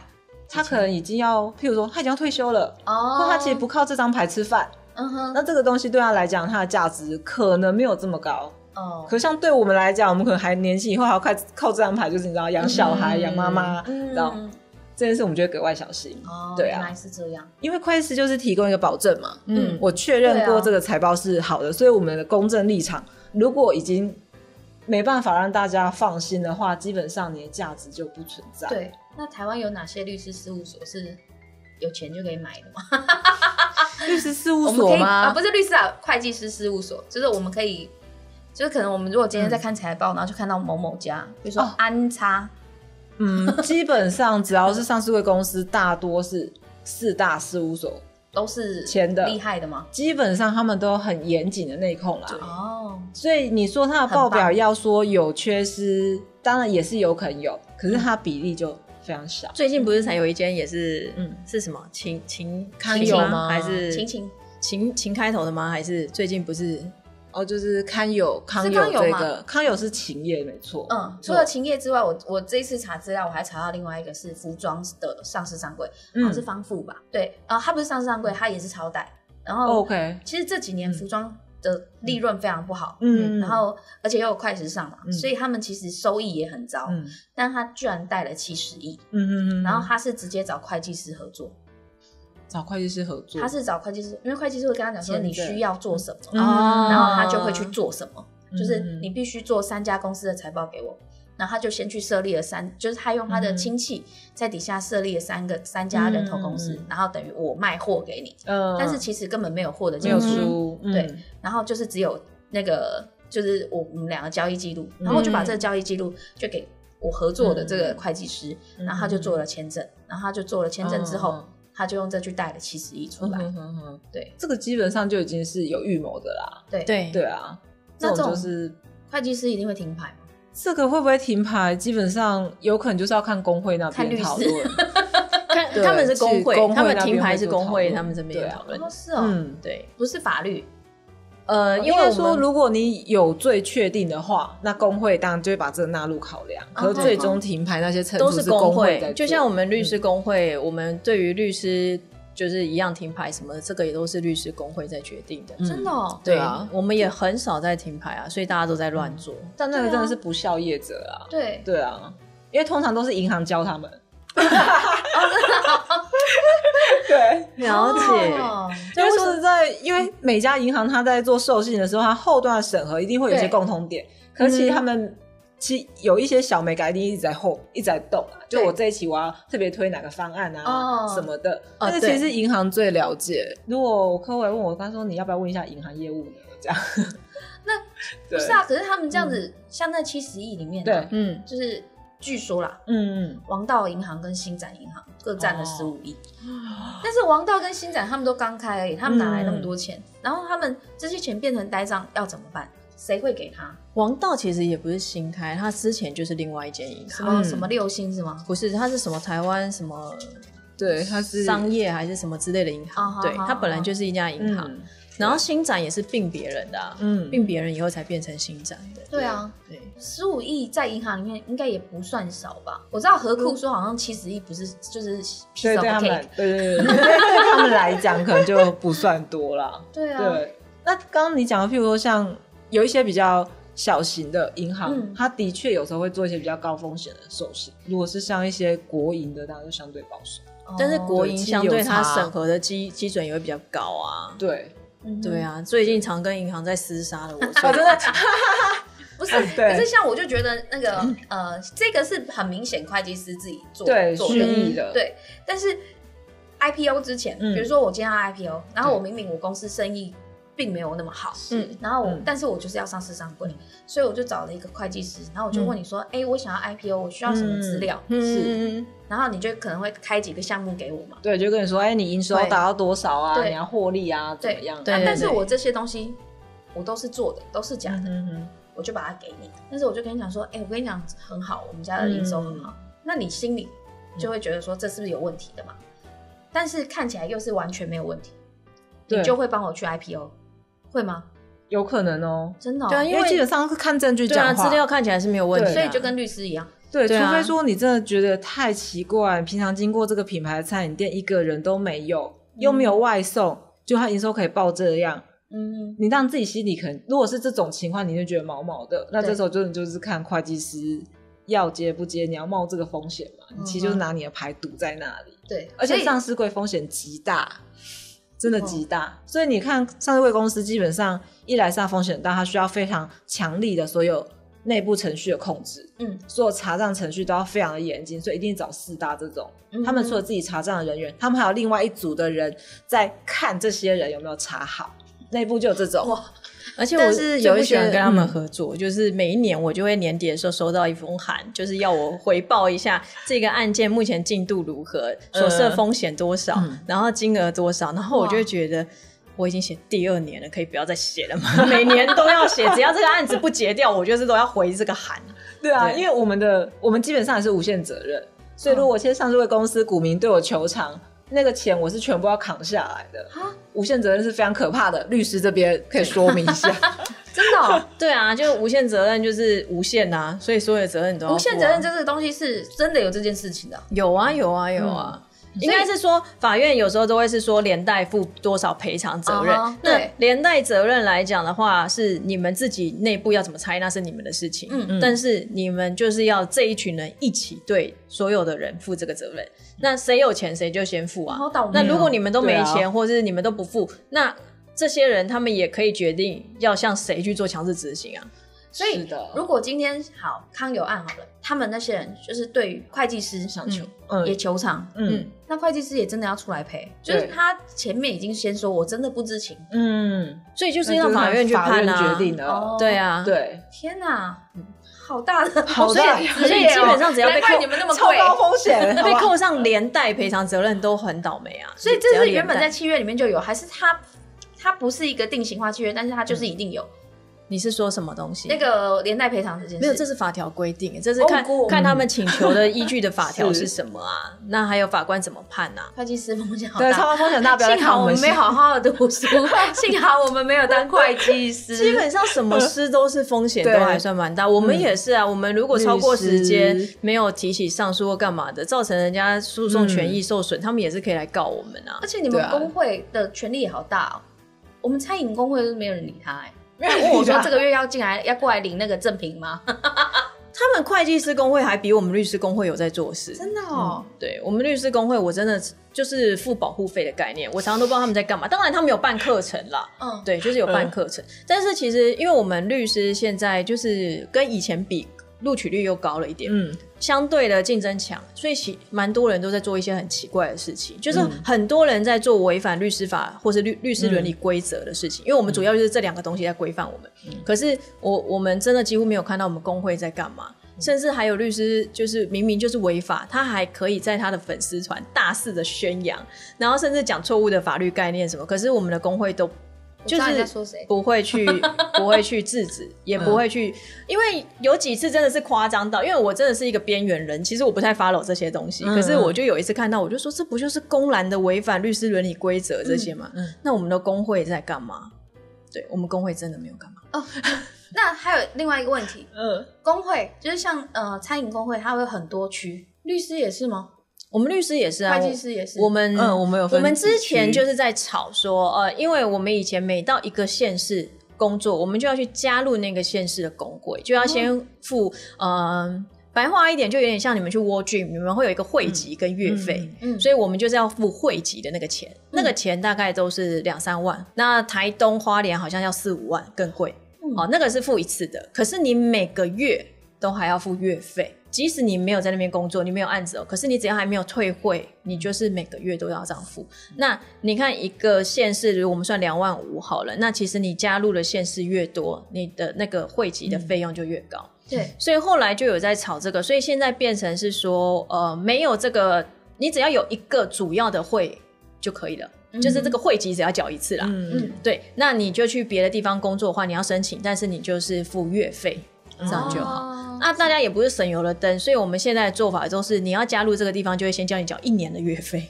S3: 他可能已经要，譬如说他已经要退休了，
S2: 哦
S3: 或他其实，不靠这张牌吃饭，
S2: 嗯哼，
S3: 那这个东西对他来讲，它的价值可能没有这么高。
S2: 哦，
S3: 可像对我们来讲，我们可能还年轻，以后还要靠靠这张牌，就是你知道养小孩、
S1: 嗯
S3: 养妈妈，
S2: 嗯
S3: 然后这件事我们就会格外小心，
S2: 哦，
S3: 对啊
S2: 原来是这样，
S3: 因为会计师就是提供一个保证嘛。
S1: 嗯，
S3: 我确认
S2: 对
S3: 过
S2: 啊
S3: 这个财报是好的，所以我们的公正立场如果已经没办法让大家放心的话，基本上你的价值就不存在。，
S2: 对。那台湾有哪些律师事务所是有钱就可以买的吗？
S3: 律师事务
S2: <laughs>
S1: 我们
S3: 所
S1: 可以
S3: 吗
S2: 啊，？不是律师啊，会计师事务所，就是我们可以，就是可能我们如果今天在看财报，然后就看到某某家，比如说
S3: 哦
S2: 安插，
S3: 嗯，基本上只要是上市贵公司，大多是四大事务所，
S2: 都是
S3: 钱的
S2: 厉害的吗？
S3: 基本上他们都很严谨的内控啦。
S2: 哦，
S3: 所以你说它的报
S2: 很
S3: 表
S2: 棒
S3: 要说有缺失，当然也是有可能有，可是它比例就非常小。
S1: 最近不是才有一间也是，
S3: 嗯
S1: 嗯，是什么秦秦
S3: 康
S1: 秦
S3: 有吗
S1: 吗？还是
S2: 晴晴
S1: 秦秦开头的吗？还是最近不是
S3: 哦，就是康有康
S2: 是康有
S3: 这
S2: 吗
S3: 个康有是勤业没错，
S2: 嗯，除
S3: 错
S2: 了勤业之外，我我这一次查资料，我还查到另外一个是服装的上市商柜，好
S3: 嗯
S2: 像是方富吧？对，啊、它不是上市商柜，它也是超贷。然后、
S3: OK，
S2: 其实这几年服装的利润非常不好，
S3: 嗯，
S2: 然后而且又有快时尚嘛，
S3: 嗯
S2: 所以他们其实收益也很糟。
S3: 嗯
S2: 但他居然贷了七十亿，
S3: 嗯嗯嗯，
S2: 然后他是直接找会计师合作，
S3: 找会计师合作，
S2: 他是找会计师，因为会计师会跟他讲说
S3: 签证
S2: 你需要做什么，
S3: 嗯
S1: 哦
S2: 然后他就会去做什么，
S3: 嗯
S2: 就是你必须做三家公司的财报给我。然后他就先去设立了三，就是他用他的亲戚在底下设立了三个三家人头公司，
S3: 嗯
S2: 然后等于我卖货给你，
S3: 嗯，
S2: 但是其实根本没有货的
S3: 没
S2: 进
S3: 有
S2: 去，
S3: 出，嗯
S2: 对，然后就是只有那个就是我我们两个交易记录，然后我就把这个交易记录就嗯给我合作的这个会计师，然后他就做了签证，然后他就做了签证之后，
S3: 嗯
S2: 他就用这去贷了七十亿出来。
S3: 嗯哼哼
S2: 对
S3: 这个基本上就已经是有预谋的啦。
S2: 对，
S1: 对
S3: 对啊，
S2: 那
S3: 这
S2: 这种
S3: 种就是
S2: 会计师一定会停牌吗？
S3: 这个会不会停牌，基本上有可能就是要看工会那
S2: 看律
S3: 边
S2: 师
S3: 讨论。
S1: 看
S3: 对
S1: 他们是
S3: 去
S1: 工会
S3: 工，会
S1: 他们
S3: 那边
S1: 停
S3: 会
S1: 牌
S3: 做
S1: 是工
S3: 讨
S1: 会，
S3: 论
S1: 他们这边
S3: 对
S1: 有
S3: 啊
S1: 讨论
S2: 哦，。是哦，
S3: 嗯，
S1: 对，
S2: 不是法律，
S1: 呃，因
S3: 应
S1: 为
S3: 该
S1: 我
S3: 说，
S1: 们
S3: 如果你有罪确定的话，那工会当然就会把这个纳入考量。可是最终停牌那些程
S1: 哦都
S3: 度
S1: 是
S3: 工
S1: 工
S3: 会在做，
S1: 就像我们律师工会，我们对于律师就是一样停牌什么的，这个也都是律师工会在决定的。
S3: 嗯
S2: 真的哦。
S1: 对
S3: 对啊
S1: 我们也很少在停牌啊，所以大家都在乱做。
S3: 但那个
S2: 对啊
S3: 真的是不孝业者啊。
S2: 对，
S3: 对啊，因为通常都是银行教他们。 <laughs>
S1: 哦
S3: 对，
S1: 嗯了解，
S2: 哦
S3: 因为说实在，因为每家银行它在做授信的时候，它后段的审核一定会有一些
S2: 对
S3: 共同点，可是其实他们。其实有一些小美改定一直在后一直在动啊，就
S2: 对
S3: 我这一期我要特别推哪个方案啊
S2: 哦
S3: 什么的，
S1: 哦
S3: 但是
S1: 对
S3: 其实银行最了解。如果我客户来问我，他说你要不要问一下银行业务呢？这样，
S2: 那不
S3: 对
S2: 是啊，可是他们这样子，像那七十亿里面，
S3: 对，
S1: 嗯，
S2: 就是据说啦，
S3: 嗯，
S2: 王道银行跟新展银行各占了十五亿
S3: 哦，
S2: 但是王道跟新展他们都刚开而已，他们哪来那么多钱？
S3: 嗯
S2: 然后他们这些钱变成呆账要怎么办？谁会给他？
S1: 王道其实也不是新开，他之前就是另外一间银
S2: 什
S1: 行，
S2: 么、
S3: 嗯
S2: 什么六星是吗？
S1: 不是，他是什么台湾什么
S3: 对，他是
S1: 商业还是什么之类的银行
S2: 哦，
S1: 对，
S2: 好好
S1: 它本来就是一家银行，
S3: 嗯
S1: 然后新展也是并别人的啊，
S3: 嗯
S1: 并别人以后才变成新展的，
S2: 对啊，
S1: 对，
S2: 十五亿在银行里面应该也不算少吧？我知道何库说好像七十亿不是就是
S3: 对
S2: piece of
S3: 对他
S2: cake，
S3: 们，对对对，对对他们来讲可能就不算多啦。
S2: 对啊，
S3: 对，那刚刚你讲的，譬如说像有一些比较小型的银行，
S2: 嗯
S3: 它的确有时候会做一些比较高风险的授信。如果是像一些国营的，当然就相对保守。
S2: 哦
S1: 但是国营
S3: 对
S1: 相对
S3: 其实有
S1: 它
S3: 差
S1: 审核的基基准也会比较高啊。
S3: 哦对，
S2: 嗯哼
S1: 对啊，最近常跟银行在厮杀的我，
S3: <laughs> 哦，真的，
S2: 不是，
S3: 哎对
S2: 可是像我就觉得那个呃，这个是很明显会计师自己做
S3: 对，
S2: 做
S3: 蓄
S2: 的，
S3: 意的，
S2: 对。但是 IPO 之前，
S3: 嗯
S2: 比如说我今天要 IPO，然后
S3: 对
S2: 我明明我公司生意并没有那么好，
S1: 嗯，
S2: 然后我、
S3: 嗯
S2: 但是我就是要上市上柜，所以我就找了一个会计师，然后我就
S3: 嗯
S2: 问你说，哎、我想要 IPO，我需要什么资料？
S1: 嗯，
S2: 然后你就可能会开几个项目给我嘛。
S3: 对，就跟你说，哎，你营收要达到多少啊？
S2: 对
S3: 你要获利啊，怎
S2: 对
S3: 么样啊？
S1: 对
S2: 啊
S1: 对
S2: 但是我这些东西我都是做的，都是假的。
S3: 嗯哼哼
S2: 我就把它给你。但是我就跟你讲说，哎、我跟你讲很好，我们家的营收很好，
S1: 嗯
S2: 那你心里就会觉得说这是不是有问题的嘛？但是看起来又是完全没有问题，
S3: 对
S2: 你就会帮我去 IPO，会吗？
S3: 有可能哦。
S2: 真的哦、
S1: 对啊，因
S3: 因为基本
S1: 为
S3: 上是看证据
S1: 对啊，
S3: 讲话，
S1: 资料看起来是没有问题的啊，
S2: 所以就跟律师一样，
S3: 对，
S1: 对啊
S3: 除非说你真的觉得太奇怪，平常经过这个品牌的餐饮店一个人都没有，又没有外送，就它营收可以报这样，
S2: 嗯，
S3: 你让自己心里可能，如果是这种情况，你就觉得毛毛的。那
S2: 对
S3: 这时候真的就是看会计师要接不接，你要冒这个风险嘛？你其实就是拿你的牌赌在那里，
S2: 对，
S3: 而且
S2: 所以哦
S3: 上市柜风险极大，真的极大。所以你看，上市柜公司基本上一来是它风险很大，它需要非常强力的所有内部程序的控制。
S2: 嗯，
S3: 所有查账程序都要非常的严谨，所以一定找四大这种。
S2: 嗯
S3: 他们除了自己查账的人员，他们还有另外一组的人在看这些人有没有查好，内部就有这种。
S2: 哇，
S1: 而且
S3: 但
S1: 我
S3: 是
S1: 最
S3: 有
S1: 不
S3: 一
S1: 喜欢
S3: 些
S1: 跟他们
S3: 嗯
S1: 合作，就是每一年我就会年底的时候收到一封函，就是要我回报一下这个案件目前进度如何，所涉
S3: 嗯
S1: 风险多少，
S3: 嗯
S1: 然后金额多少，然后我就
S2: 哇
S1: 会觉得。我已经写第二年了，可以不要再写了吗？ <laughs> 每年都要写，只要这个案子不结掉，我就是都要回这个函。
S3: 对啊，
S1: 对嗯
S3: 因为我们的我们基本上也是无限责任，所以如果我现在上市会公司股民对我求偿，那个钱我是全部要扛下来的
S2: 啊。
S3: 无限责任是非常可怕的，律师这边可以说明一
S1: <laughs>
S3: 下。
S2: 真的哦、
S1: <laughs> 对啊，就无限责任就是无限呐、啊，所以所有的责任你都要、
S2: 无限责任这个东西是真的有这件事情的，
S1: 有啊，有啊，有啊。
S2: 嗯
S1: 应该是说，法院有时候都会是说连带负多少赔偿责任。
S2: 啊哈
S1: 那
S2: 对
S1: 连带责任来讲的话，是你们自己内部要怎么拆，那是你们的事情。
S2: 嗯
S1: 嗯但是你们就是要这一群人一起对所有的人负这个责任。那谁有钱谁就先付啊
S2: 好倒。霉哦
S1: 那如果你们都没
S3: 对
S1: 钱，或是你们都不付，那这些人他们也可以决定要向谁去做强制执行啊。
S2: 所以
S3: 是的
S2: 如果今天好康有案好了，他们那些人就是对于会计师想求、
S3: 嗯
S2: 也求偿，
S3: 嗯
S2: 那会计师也真的要出来赔，就
S3: 对
S2: 是他前面已经先说我真的不知情，
S3: 嗯，
S1: 所以就是
S3: 那
S1: 让
S3: 就是
S1: 法院去
S3: 法
S1: 判
S3: 院
S1: 啊。
S3: 决定了。
S2: 哦
S1: 对啊，
S3: 对，
S2: 天哪，好大的，
S3: 好
S2: <laughs>
S3: 大
S2: 险
S1: 所以
S2: 职业
S1: 基
S2: 哦
S1: 本上只要被
S2: <laughs> 难怪
S1: 扣
S2: 你们那么
S3: 超
S2: 贵。
S3: 高风险，好
S1: <laughs> 被
S3: 吧
S1: 扣上连带赔偿责任都很倒霉啊。
S2: 所以这
S1: 只要
S2: 是
S1: 连
S2: 原本
S1: 带
S2: 在契约里面就有，还是它它不是一个定型化契约，但是它就是一定有、
S1: 你是说什么东西？
S2: 那个连带赔偿这件事。
S1: 没有，这是法条规定，这是
S2: 哦
S1: 看、
S2: 过
S1: 看他们请求的依据的法条
S3: 是
S1: 是什么啊？那还有法官怎么判
S2: <laughs>
S1: 啊？
S2: 会计师风险好
S3: 对，超
S2: 大。
S3: 高风险，大家不要再
S2: 幸
S3: 看
S2: 好我
S3: 们
S2: 们没
S3: 戏
S2: 好好的读书，幸好我们没有当会计
S1: <laughs>
S2: 师。
S1: 基本上什么事都是风险都
S3: 对
S1: 还算蛮大，我们也是啊。我们如果超过时间
S3: 律师
S1: 没有提起上诉或干嘛的，造成人家诉讼权
S2: 嗯
S1: 益受损，他们也是可以来告我们啊
S2: 而。且你
S3: 对
S2: 们
S3: 啊
S2: 工会的权力也好大哦。我们餐饮工会都没有人理他
S1: <laughs>
S2: 哎、
S3: 没有人
S2: 问我
S3: 理
S2: 说
S3: 他
S2: 这个月要进来要过来领那个赠
S1: <laughs>
S2: 品吗？
S1: 他们会计师工会还比我们律师工会有在做事，
S2: 的哦，
S1: 对我们律师工会，我真的就是付保护费的概念，我常常都不知道他们在干嘛。当然，他们有办课程啦，
S2: 嗯
S1: 对，就是有办课程。但是其实，因为我们律师现在就是跟以前比，录取率又高了一点，
S3: <laughs> 嗯，
S1: 相对的竞争强，所以其蛮多人都在做一些很奇怪的事情，就是很多人在做违反律师法或是律律师伦理规则的事情。因为我们主要就是这两个东西在规范我们，可是我我们真的几乎没有看到我们工会在干嘛。甚至还有律师，就是明明就是违法，他还可以在他的粉丝团大肆的宣扬，然后甚至讲错误的法律概念什么。可是我们的工会都就
S2: 我知道你
S1: 是
S2: 在说谁，嗯
S1: 不会
S2: <laughs>
S1: 去不会去制止，也不会去，因为有几次真的是夸张到，因为我真的是一个边缘人，其实我不太 follow 这些东西，
S2: 嗯
S1: 可是我就有一次看到，我就说这不就是公然的违反律师伦理规则这些
S2: 嗯
S1: 吗？那我们的工会在干嘛？对我们工会真的没有干嘛，
S2: 那还有另外一个问题，
S3: 嗯，
S2: 工会就是像呃餐饮工会，它会有很多区，律师也是吗？
S1: 我们律师也是啊，
S2: 会计师也是。
S1: 我们
S3: 嗯我们有分
S1: 我们之
S3: 几区
S1: 前就是在吵说，呃，因为我们以前每到一个县市工作，我们就要去加入那个县市的工会，就要
S3: 哦
S1: 先付，嗯、白话一点，就有点像你们去 War Dream，你们会有一个
S3: 嗯
S1: 会籍跟月费，
S2: 嗯
S1: 所以我们就是要付会籍的那个钱，那个钱大概都是两三万，那台东花莲好像要四五万，更贵。哦，那个是付一次的，可是你每个月都还要付月费，即使你没有在那边工作，你没有案子哦，可是你只要还没有退会，你就是每个月都要这样付。那你看一个县市，如果我们算两万五好了，那其实你加入的县市越多，你的那个会籍的费用就越高。
S2: 对，
S1: 所以后来就有在炒这个，所以现在变成是说，呃，没有这个，你只要有一个主要的会就可以了，嗯就是这个会籍只要缴一次啦。
S3: 嗯，
S1: 对，那你就去别的地方工作的话，你要申请，但是你就是付月费，这样就好。
S2: 哦
S1: 那大家也不是省油的灯，所以我们现在的做法都是，你要加入这个地方，就会先叫你缴一年的月费，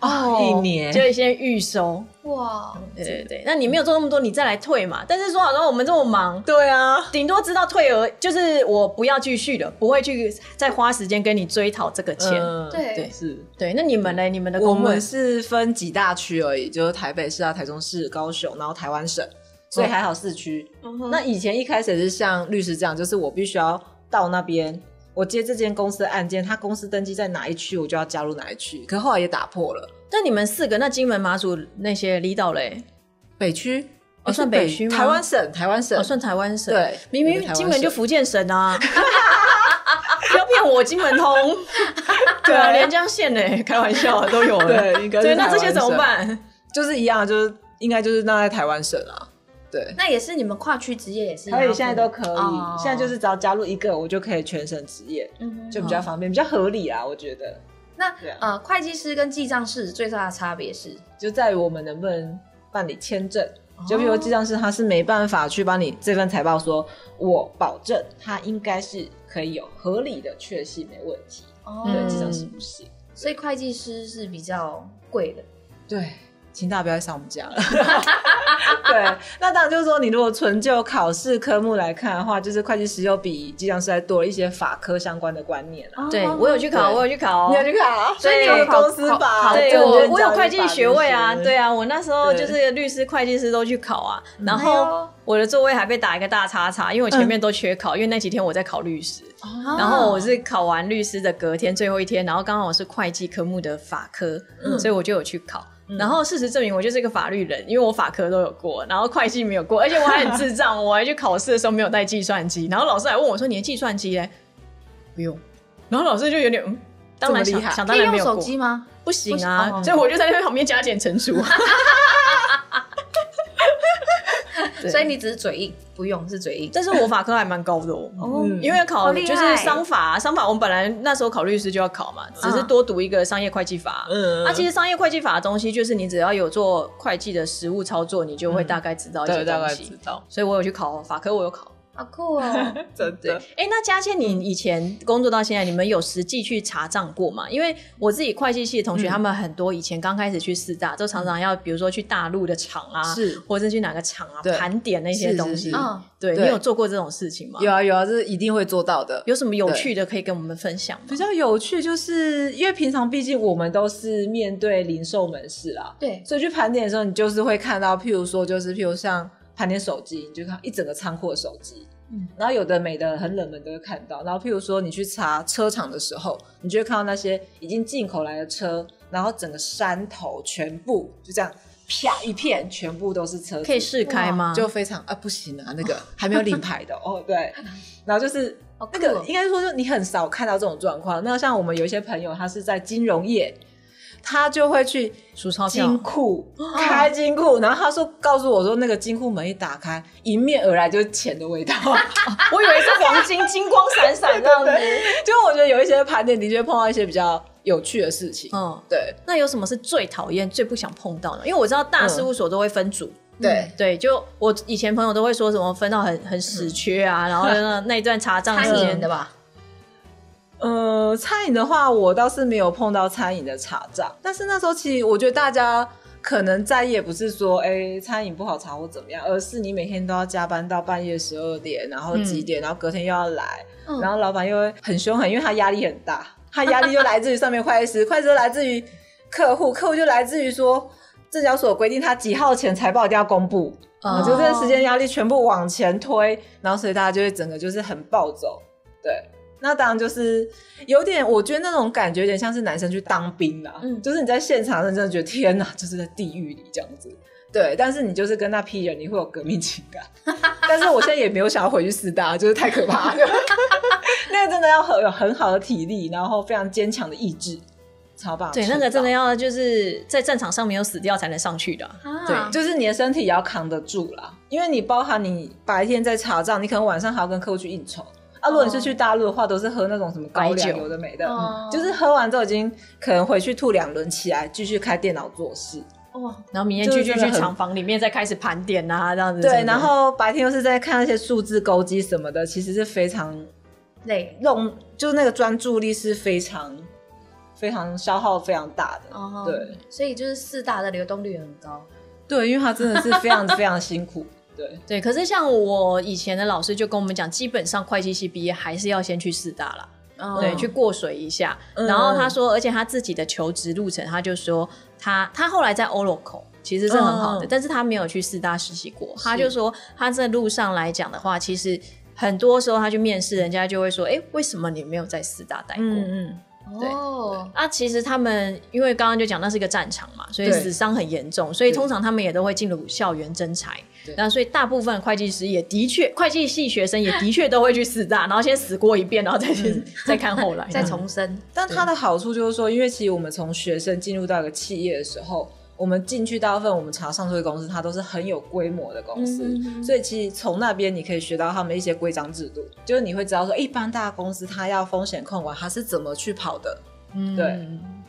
S1: 嗯
S3: 哦，一
S1: <laughs>
S3: 年
S1: 就会先预收。
S2: 哇，
S1: 对对对，那你没有做那么多，你再来退嘛。但是说好像我们这么忙，
S3: 对啊，
S1: 顶多知道退额，就是我不要继续了，不会去再花时间跟你追讨这个钱。
S3: 嗯
S2: 对
S1: 对
S3: 是。
S1: 对，那你们呢？你们的
S3: 我
S1: 工会
S3: 们是分几大区而已，就是台北市啊、台中市、高雄，然后台湾省，所以还好四区。
S1: 嗯
S3: 那以前一开始也是像律师这样，就是我必须要到那边，我接这间公司的案件，他公司登记在哪一区，我就要加入哪一区。可后来也打破了
S1: 那你们四个，那金门、马祖那些离岛嘞，
S3: 北区，
S1: 哦
S3: 诶
S1: 算
S3: 是
S1: 北区吗
S3: 台湾省，台湾省、
S1: 哦，算台湾省。
S3: 对
S1: 明
S3: 我们台
S1: 明
S3: 湾
S1: 金门就
S3: 省
S1: 福建省啊， <laughs> 不要骗我，金门
S3: <laughs>
S1: 通。对啊，连江县呢，开玩笑啊都有了。
S3: <laughs> 对应该是
S1: 对，那这
S3: 台
S1: 些
S3: 湾
S1: 怎么
S3: 省
S1: 办？
S3: 就是一样，就是应该就是那在台湾省啊。对，
S2: 那也是你们跨区职业也是一样
S3: 可
S2: 的，
S3: 以现在都可以，
S2: 哦
S3: 现在就是只要加入一个，我就可以全省职业，
S2: 嗯哼
S3: 就比较方便，比较合理啊，我觉得。
S2: 那
S3: 对啊
S2: 呃，会计师跟记账师最大的差别是，
S3: 就在于我们能不能办理签证。
S1: 哦
S3: 就比如说记账师，他是没办法去帮你这份财报说，我保证他应该是可以有合理的确信，没问题。
S2: 哦
S3: 对，
S1: 嗯记
S3: 记
S1: 账
S3: 账
S1: 师
S3: 师不行。
S2: 所以会计师是比较贵的。
S3: 对，请大家不要再上我们家了。 <laughs> 对，那当然就是说，你如果纯就考试科目来看的话，就是会计师又比记账师还多了一些法科相关的观念
S2: 哦
S3: 啊。
S1: 对我有去考，
S3: 对
S1: 我有去考哦
S3: 你要。去考，
S1: 所以你有
S3: 就是
S2: 考
S3: 公司
S2: 考
S3: 法，
S2: 考
S1: 啊对
S3: 证
S1: 我，
S3: 券
S1: 我有
S3: 交易
S1: 会计
S3: 法
S1: 学位啊，
S3: 这些
S1: 对啊，我那时候
S3: 对
S1: 就是律师、会计师都去考啊，然
S2: 哎
S1: 后
S2: 呦
S1: 我的座位还被打一个大叉叉，因为我前面都缺考，因为那几天我在考律师，
S2: 哦
S1: 然后我是考完律师的隔天最后一天，然后刚好我是会计科目的法科，所以我就有去考。然后事实证明，我就是一个法律人，因为我法科都有过，然后会计没有过，而且我还很智障， <laughs> 我还去考试的时候没有带计算机，然后老师还问我说：“你的计算机嘞？”不用，然后老师就有点嗯，当然
S3: 这
S1: 想
S3: 么厉害
S1: 想
S2: 可
S1: 当
S2: 以
S1: 然
S2: 用
S1: 没有
S2: 手
S1: 过，
S2: 机吗？
S1: 不行
S2: 不
S1: 啊，
S2: 行哦
S1: 所以我就在那旁边加减乘除。对
S2: 所以你只是嘴硬，不用是嘴硬。
S1: 但是我法科还蛮高的哦，
S2: 哦
S3: 嗯
S1: 因为
S2: 好
S1: 考
S2: 厉害
S1: 就是商法，啊商法我们本来那时候考律师就要考嘛，只是多读一个商业会计法。
S3: 嗯
S1: 啊，其实商业会计法的东西，就是你只要有做会计的实务操作，你就会大概知道一些
S3: 对，大
S1: 东
S3: 概
S1: 西
S3: 知。道，
S1: 所以我有去考法科，我有考。
S2: 好酷哦！
S3: <laughs> 真
S1: 对，
S3: 的，
S1: 哎，那佳倩，你以前工作到现在，你们有实际去查账过吗？因为我自己会计系的同学，他们很多以前刚开始去四大，都常常要，比如说去大陆的厂啊，
S4: 是
S1: 或者是去哪个厂啊，
S4: 对
S1: 盘点那些
S4: 是
S1: 东
S4: 是
S1: 西
S4: 是。
S2: 嗯，
S1: 对你
S4: 对
S1: 有做过这种事情吗？
S4: 有啊有啊，这是一定会做到的。
S1: 有什么有趣的可以跟我们分享吗
S3: 比？较有趣，就是因为平常毕竟我们都是面对零售门市啦，
S2: 对，
S3: 所以去盘点的时候，你就是会看到，譬如说，就是譬如像盘点手机，你就看一整个仓库的手机，
S2: 嗯
S3: 然后有的美的很冷门都会看到，然后譬如说你去查车厂的时候，你就会看到那些已经进口来的车，然后整个山头全部就这样啪一片，全部都是车子，
S1: 可以试开吗？
S4: 就非常啊，不行啊，
S1: <laughs>
S4: 那个
S3: 还没有领牌的哦，对，然后就是。
S2: 好酷
S3: 那
S2: 哦
S3: 个应该说，就你很少看到这种状况。那像我们有一些朋友，他是在金融业，他就会去
S1: 数钞
S3: 金
S1: 票，哦
S3: 库，开金库，然后他说告诉我说那个金库门一打开，迎面而来就是钱的味道。
S1: <laughs> 我以为是黄金，金光闪 <laughs> 闪这样子。
S3: <laughs> 就我觉得有一些盘点的确碰到一些比较有趣的事情。
S1: <laughs> 嗯，
S3: 对
S1: 那有什么是最讨厌、最不想碰到的？因为我知道大事务所都会分组。
S3: 嗯
S1: 嗯
S4: 对，
S1: 对，就我以前朋友都会说什么分到很很死缺啊，
S3: 嗯
S1: 然后那 <laughs> 那一段查账时
S2: 餐饮
S1: 间
S2: 的，吧？
S3: 呃，餐饮的话，我倒是没有碰到餐饮的查账，但是那时候其实我觉得大家。可能在意也不是说哎、餐饮不好查或怎么样，而是你每天都要加班到半夜十二点，然后几点，然后隔天又要来，
S2: 嗯
S3: 然后老板又会很凶狠，因为他压力很大，他压力就来自于上面会计师， <laughs> 会计师就来自于客户，客户就来自于说证交所规定他几号前财报一定要公布，
S1: 嗯
S3: 我觉得这个时间压力全部往前推，然后所以大家就会整个就是很暴走。对，那当然就是有点，我觉得那种感觉有点像是男生去当兵啦，
S2: 嗯
S3: 就是你在现场真的觉得天哪，就是在地狱里这样子。对，但是你就是跟那批人，你会有革命情感。 <laughs> 但是我现在也没有想要回去师大，就是太可怕了。 <laughs> 那个真的要很有很好的体力，然后非常坚强的意志，超棒。
S1: 对，那个真的要就是在战场上没有死掉才能上去的啊、
S2: 啊
S3: 对，，就是你的身体也要扛得住啦，因为你包含你白天在查账，你可能晚上还要跟客户去应酬。啊，如果你是去大陆的话，都是喝那种什么高
S1: 白
S3: 粱
S1: 酒
S3: 有的没的，
S2: 哦
S3: 嗯就是喝完之后已经可能回去吐两轮，起来继续开电脑做事。
S2: 哇，
S1: 然后明天
S3: 就
S1: 继
S3: 是
S1: 续
S3: 真的
S1: 去
S3: 很
S1: 厂房里面再开始盘点啊，这样子什么
S3: 对，
S1: 的。
S3: 然后白天又是在看那些数字勾机什么的，其实是非常
S2: 累
S3: 弄，就是那个专注力是非常非常消耗非常大的。
S2: 哦。
S3: 对，
S2: 所以就是四大的流动率很高。
S3: 对，因为他真的是非常非常辛苦。对，
S1: 对，可是像我以前的老师就跟我们讲，基本上会计系毕业还是要先去四大啦。对，
S2: 嗯
S1: 去过水一下。
S3: 嗯
S1: 然后他说，而且他自己的求职路程，他就说他他后来在 Oracle 其实是很好的，
S3: 嗯
S1: 但是他没有去四大实习过。他就说他在路上来讲的话，其实很多时候他去面试，人家就会说，哎，为什么你没有在四大待过？
S3: 嗯嗯，
S1: 对
S2: 哦，
S1: 啊，其实他们因为刚刚就讲那是一个战场嘛，所以
S4: 对
S1: 死伤很严重，所以通常他们也都会进入校园征才
S4: 对。
S1: 那所以大部分会计师也的确，会计系学生也的确都会去四大，然后先死过一遍，然后再去、再看后来，
S2: 再重生，
S3: 但它的好处就是说，因为其实我们从学生进入到一个企业的时候，我们进去大部分我们查上市公司，它都是很有规模的公司，
S2: 嗯嗯嗯
S3: 所以其实从那边你可以学到他们一些规章制度，就是你会知道说，一般大公司它要风险控管，它是怎么去跑的。
S1: 嗯
S3: 对。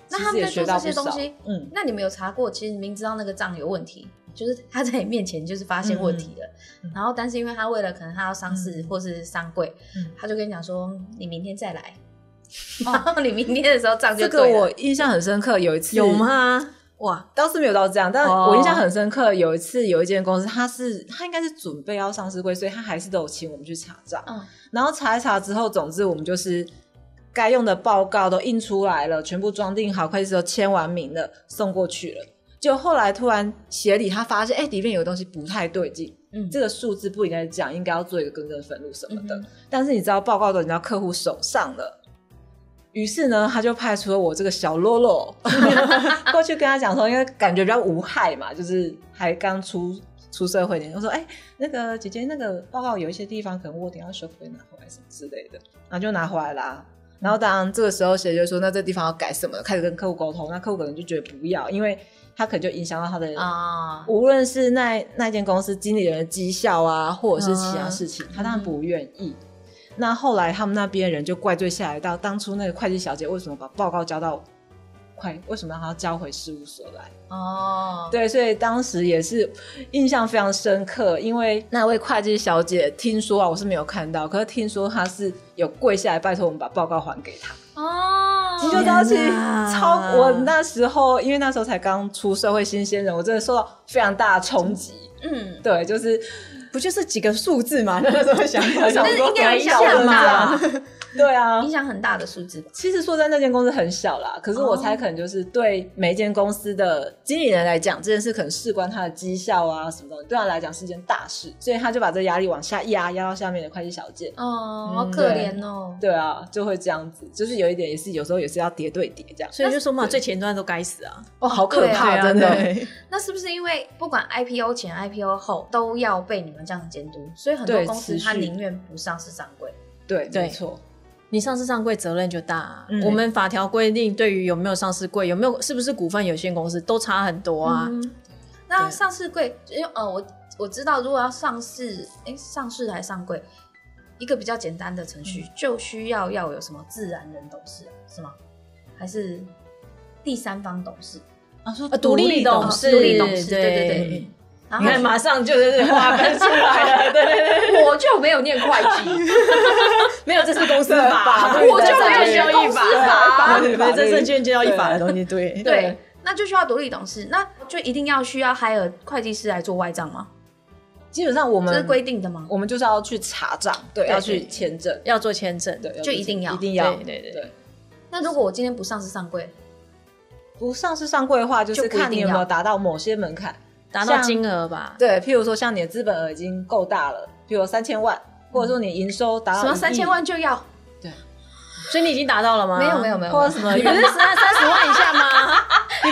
S2: 那
S3: 其
S2: 他
S3: 实
S2: 们
S3: 也
S2: 在
S3: 学
S2: 做
S3: 到
S2: 这
S3: 不
S2: 些
S3: 少
S2: 东西，
S3: 嗯，
S2: 那你们有查过？其实明知道那个账有问题，就是他在你面前就是发现问题了，
S3: 嗯
S2: 然后但是因为他为了可能他要上市或是上柜，
S3: 嗯哦
S2: 他就跟你讲说你明天再来， <laughs> 然后你明天的时候账就
S3: 这个
S2: 对了。
S3: 我印象很深刻，有一次
S1: 有？吗？哇，
S3: 倒是没有到这样，但
S1: 哦
S3: 我印象很深刻，有一次有一间公司，它是它应该是准备要上市柜，所以它还是都有请我们去查账。
S2: 嗯
S3: 然后查一查之后，总之我们就是该用的报告都印出来了，全部装订好，会计师都签完名了，送过去了。就后来突然协理他发现，哎、里面有东西不太对劲，
S2: 嗯
S3: 这个数字不应该这样，应该要做一个更正分录什么的。
S2: 嗯
S3: 但是你知道报告都已经到客户手上了，于是呢，他就派出了我这个小喽啰过去跟他讲说，因为感觉比较无害嘛，就是还刚出出社会点，我说哎、那个姐姐那个报告有一些地方可能窝点要修，可以拿回来什么之类的，然后就拿回来啦。然后当然这个时候谁就说，那这地方要改什么，开始跟客户沟通，那客户可能就觉得不要，因为他可能就影响到他的
S2: 啊，
S3: 无论是那那间公司经理人的绩效啊，或者是其他事情，他当然不愿意。那后来他们那边人就怪罪下来到当初那个会计小姐为什么把报告交到快，为什么让她交回事务所来？
S2: 哦，
S3: 对，所以当时也是印象非常深刻，因为那位会计小姐听说啊，我是没有看到，可是听说她是有跪下来拜托我们把报告还给她。
S2: 哦，
S3: 你就知道，其实
S1: 天哪
S3: 超我那时候，因为那时候才刚出社会新鲜人，我真的受到非常大的冲击。
S2: 嗯，
S3: 对，就是
S1: 不就是几个数字嘛？ <laughs> 那时候想我想
S2: 就是
S1: 说
S2: 应该
S1: 改
S2: 有
S1: 一
S2: 影
S1: 下
S2: 响吧
S1: 嘛，，
S3: 对啊
S2: 影。响很大的数字吧，
S3: 其实说在那间公司很小啦，可是我猜可能就是对每一间公司的经理人来讲，这件事可能事关他的绩效啊什么东西，对他来讲是件大事，所以他就把这压力往下压，压到下面的会计小姐。
S2: 哦，好可怜哦，
S3: 嗯对啊，就会这样子，就是有一点也是有时候也是要叠对叠这样。
S1: 所以就说嘛，最前端都该死啊！
S4: 哦，好可
S2: 对
S4: 怕，
S1: 啊
S4: 真的。
S1: 对 <laughs>
S2: 那是不是因为不管 IPO 前、IPO 后都要被你们这样监督，所以很多
S3: 对
S2: 公司
S3: 持续
S2: 它宁愿不上市上柜？
S3: 对，
S1: 对
S3: 没错。
S1: 你上市上柜责任就大、啊。
S3: 嗯
S1: 我们法条规定，对于有没有上市柜，有没有是不是股份有限公司，都差很多啊。
S2: 嗯那
S1: 对
S2: 上市柜，因为呃，我我知道，如果要上市，哎，上市还是上柜，一个比较简单的程序，就需要要有什么自然人董事啊是吗？还是第三方董事？
S3: 啊，说
S1: 呃独立董
S3: 哦
S2: 事
S1: 事，
S2: 独立董事对对
S1: 对。
S2: 然
S1: 你
S2: 后
S1: 看，马上就是划分出来了，对对对，
S2: <laughs> 我就没有念会计，
S1: 没有，这是公司
S3: 法
S1: 法，
S3: 律
S1: 对
S2: 我就没有学公司法
S3: 法
S1: 对
S3: 律
S1: 对，这
S3: 律
S1: 证券交易法的东西， <laughs> 对
S2: 对，那就需要独立董事，那就一定要需要 hire 会计师来做外账吗？
S3: 基本上我
S2: 这
S1: 嗯
S2: 是
S3: 们
S2: 规定的吗？
S3: 我们就是要去查账，对，
S2: 对
S3: 要
S2: 对
S3: 去签证，
S1: 要做签证，
S3: 对，
S2: 就
S3: 去
S2: 一定要
S3: 一定要，
S1: 对对对
S3: 对。
S2: 那如果我今天不上市上柜，
S3: 不上市上柜的话，就
S2: 就是不一定
S3: 看你有没
S2: 要
S3: 有达到某些门槛。
S1: 达到
S3: 像
S1: 金额吧。
S3: 对，譬如说像你的资本额已经够大了，譬如三千万，或者说你营收达到
S2: 什么
S3: 一亿
S2: 三千，万就要？
S1: 所以你已经达到了吗？呃
S2: 没有没有没有
S1: 或者什么月三三十万以下
S2: <laughs>
S1: 吗？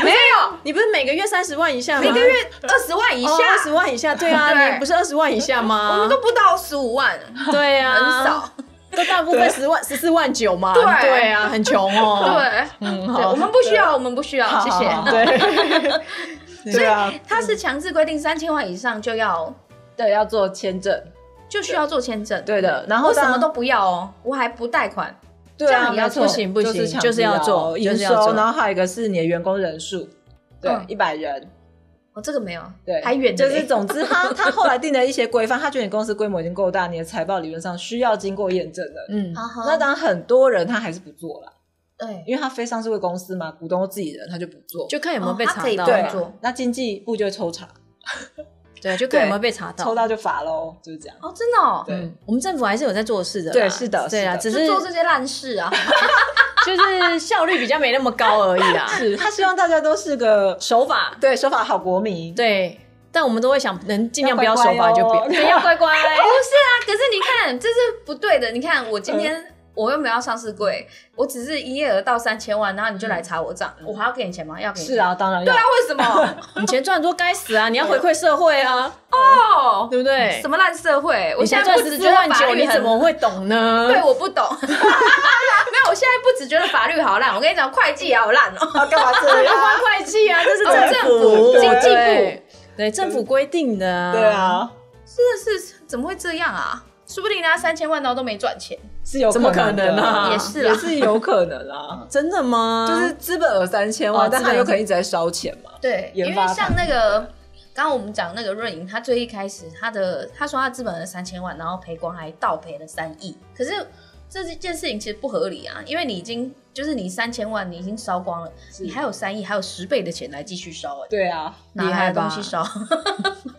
S2: 没有，
S1: 你不是每个月三十万以下吗？
S2: 每个月哦二十万以
S1: 以
S2: 下，
S1: 下二十万以下，对啊，
S2: <laughs> 对
S1: 你不是二十万以下吗？
S2: <laughs> 我们都不到十五 <laughs> 万，
S1: 对啊，
S2: 很少。
S1: 都大部分十万十四万九嘛，
S2: 对
S1: 对啊，很穷哦。，
S2: <laughs> 对，
S1: 嗯，
S2: 对，
S1: 好
S2: 我，们不需要，我们不需要，
S3: 好
S2: 谢
S3: 好
S2: 谢
S3: 好。
S1: 对，
S3: 对啊，
S2: 它是强制规定三千万以上就要
S3: 对，要做签证，
S2: 就需要做签证，
S3: 对的。然后
S2: 我什
S3: 当
S2: 么都不要哦，我还不贷款，
S3: 对
S1: 这
S3: 啊，
S1: 样也要
S3: 没错
S1: 不行不行
S3: 就是强
S1: 就是要
S3: 制
S1: 做
S3: 营
S1: 就是要
S3: 收，
S1: 做
S3: 然后还有一个是你的员工人数，对
S2: 嗯，
S3: 一百人，
S2: 我哦这个没有，
S3: 对，
S2: 还远着
S3: 就
S2: 嘞
S3: 是总之他他后来定了一些规范，他觉得你公司规模已经够大，你的财报理论上需要经过验证的。
S1: 嗯，
S3: 那
S2: 那
S3: 当然，很多人他还是不做啦，
S2: 对，
S3: 因为他非上市贵公司嘛，股东都自己人，他就不做。
S1: 就看有没有被
S2: 哦
S1: 查
S2: 他可以
S1: 到，
S2: 不
S3: 对
S2: 用做，
S3: 那经济部就会抽查，
S1: 对，就看有没有
S3: 对
S1: 被查到。
S3: 抽到就罚喽，就
S1: <laughs>
S3: 是这样。
S2: 哦，真的哦，
S3: 对
S1: 嗯，我们政府还是有在做事的啦，
S3: 对是的
S1: 对啊，只
S3: 是
S1: 是
S2: 就做这些烂事
S3: <laughs>
S2: 啊，
S1: 就是效率比较没那么高而
S2: <laughs>
S1: 已啦。
S3: 是他希望大家都是个
S1: 手法，
S3: 对守法好国民。
S1: 对，但我们都会想能尽量不要手
S3: 要乖乖
S1: 法就不要
S3: 哦，
S1: 对要乖乖。
S2: 啊可是你看，这是不对的。你看，我今
S3: 嗯
S2: 天我又没有要上市柜，我只是营业额到三千万，然后你就来查我账，我还要给你钱吗？要给你
S3: <laughs> 嗯是，啊，当然要
S2: 那为什么？
S1: <laughs> 你钱赚得多该死啊！你要回馈社会啊，
S2: 哦，
S1: 对不对
S2: 什？么烂社会？我
S1: 你
S2: 现
S1: 才
S2: 在
S1: 赚
S2: 不
S1: 十
S2: 只
S1: 九
S2: 觉得
S1: 万
S2: 法
S1: 九，
S2: 律
S1: 你怎
S2: 很
S1: 么会懂呢？
S2: 对，我不懂。 <laughs> 没有，我现在不只觉得法律好烂，我跟你讲，会计也好烂哦。 <laughs>
S3: 要干嘛这
S1: 要 <laughs>
S3: 样？
S1: 关会计啊，这是政
S3: 哦政府
S1: 经济
S2: 对
S1: 部，对政府规定的啊。
S3: 对，啊，
S2: 真的是怎么会这样啊？说不定人家三千万然后都没赚钱，
S3: 是有
S1: 怎么可
S3: 能的
S1: 能啊？。
S2: 也是啦
S3: 也是有可能啊
S1: <laughs> 嗯真的吗？
S4: 就是资本额三千万
S3: 哦，
S4: 但
S3: 资
S4: 他
S3: 本
S4: 有可能一直在烧钱嘛。
S2: 对，因
S3: 研
S2: 为
S3: 发
S2: 像那个刚刚我们讲那个润银，他最一开始他的他说他资本额三千万，然后赔光还倒赔了三亿，可是这件事情其实不合理啊，因为你已经就是你三千万你已经烧光了，你还有三亿，还有十倍的钱来继续烧、欸，
S3: 对啊，
S2: 哪来的东西
S1: 厉
S2: 烧？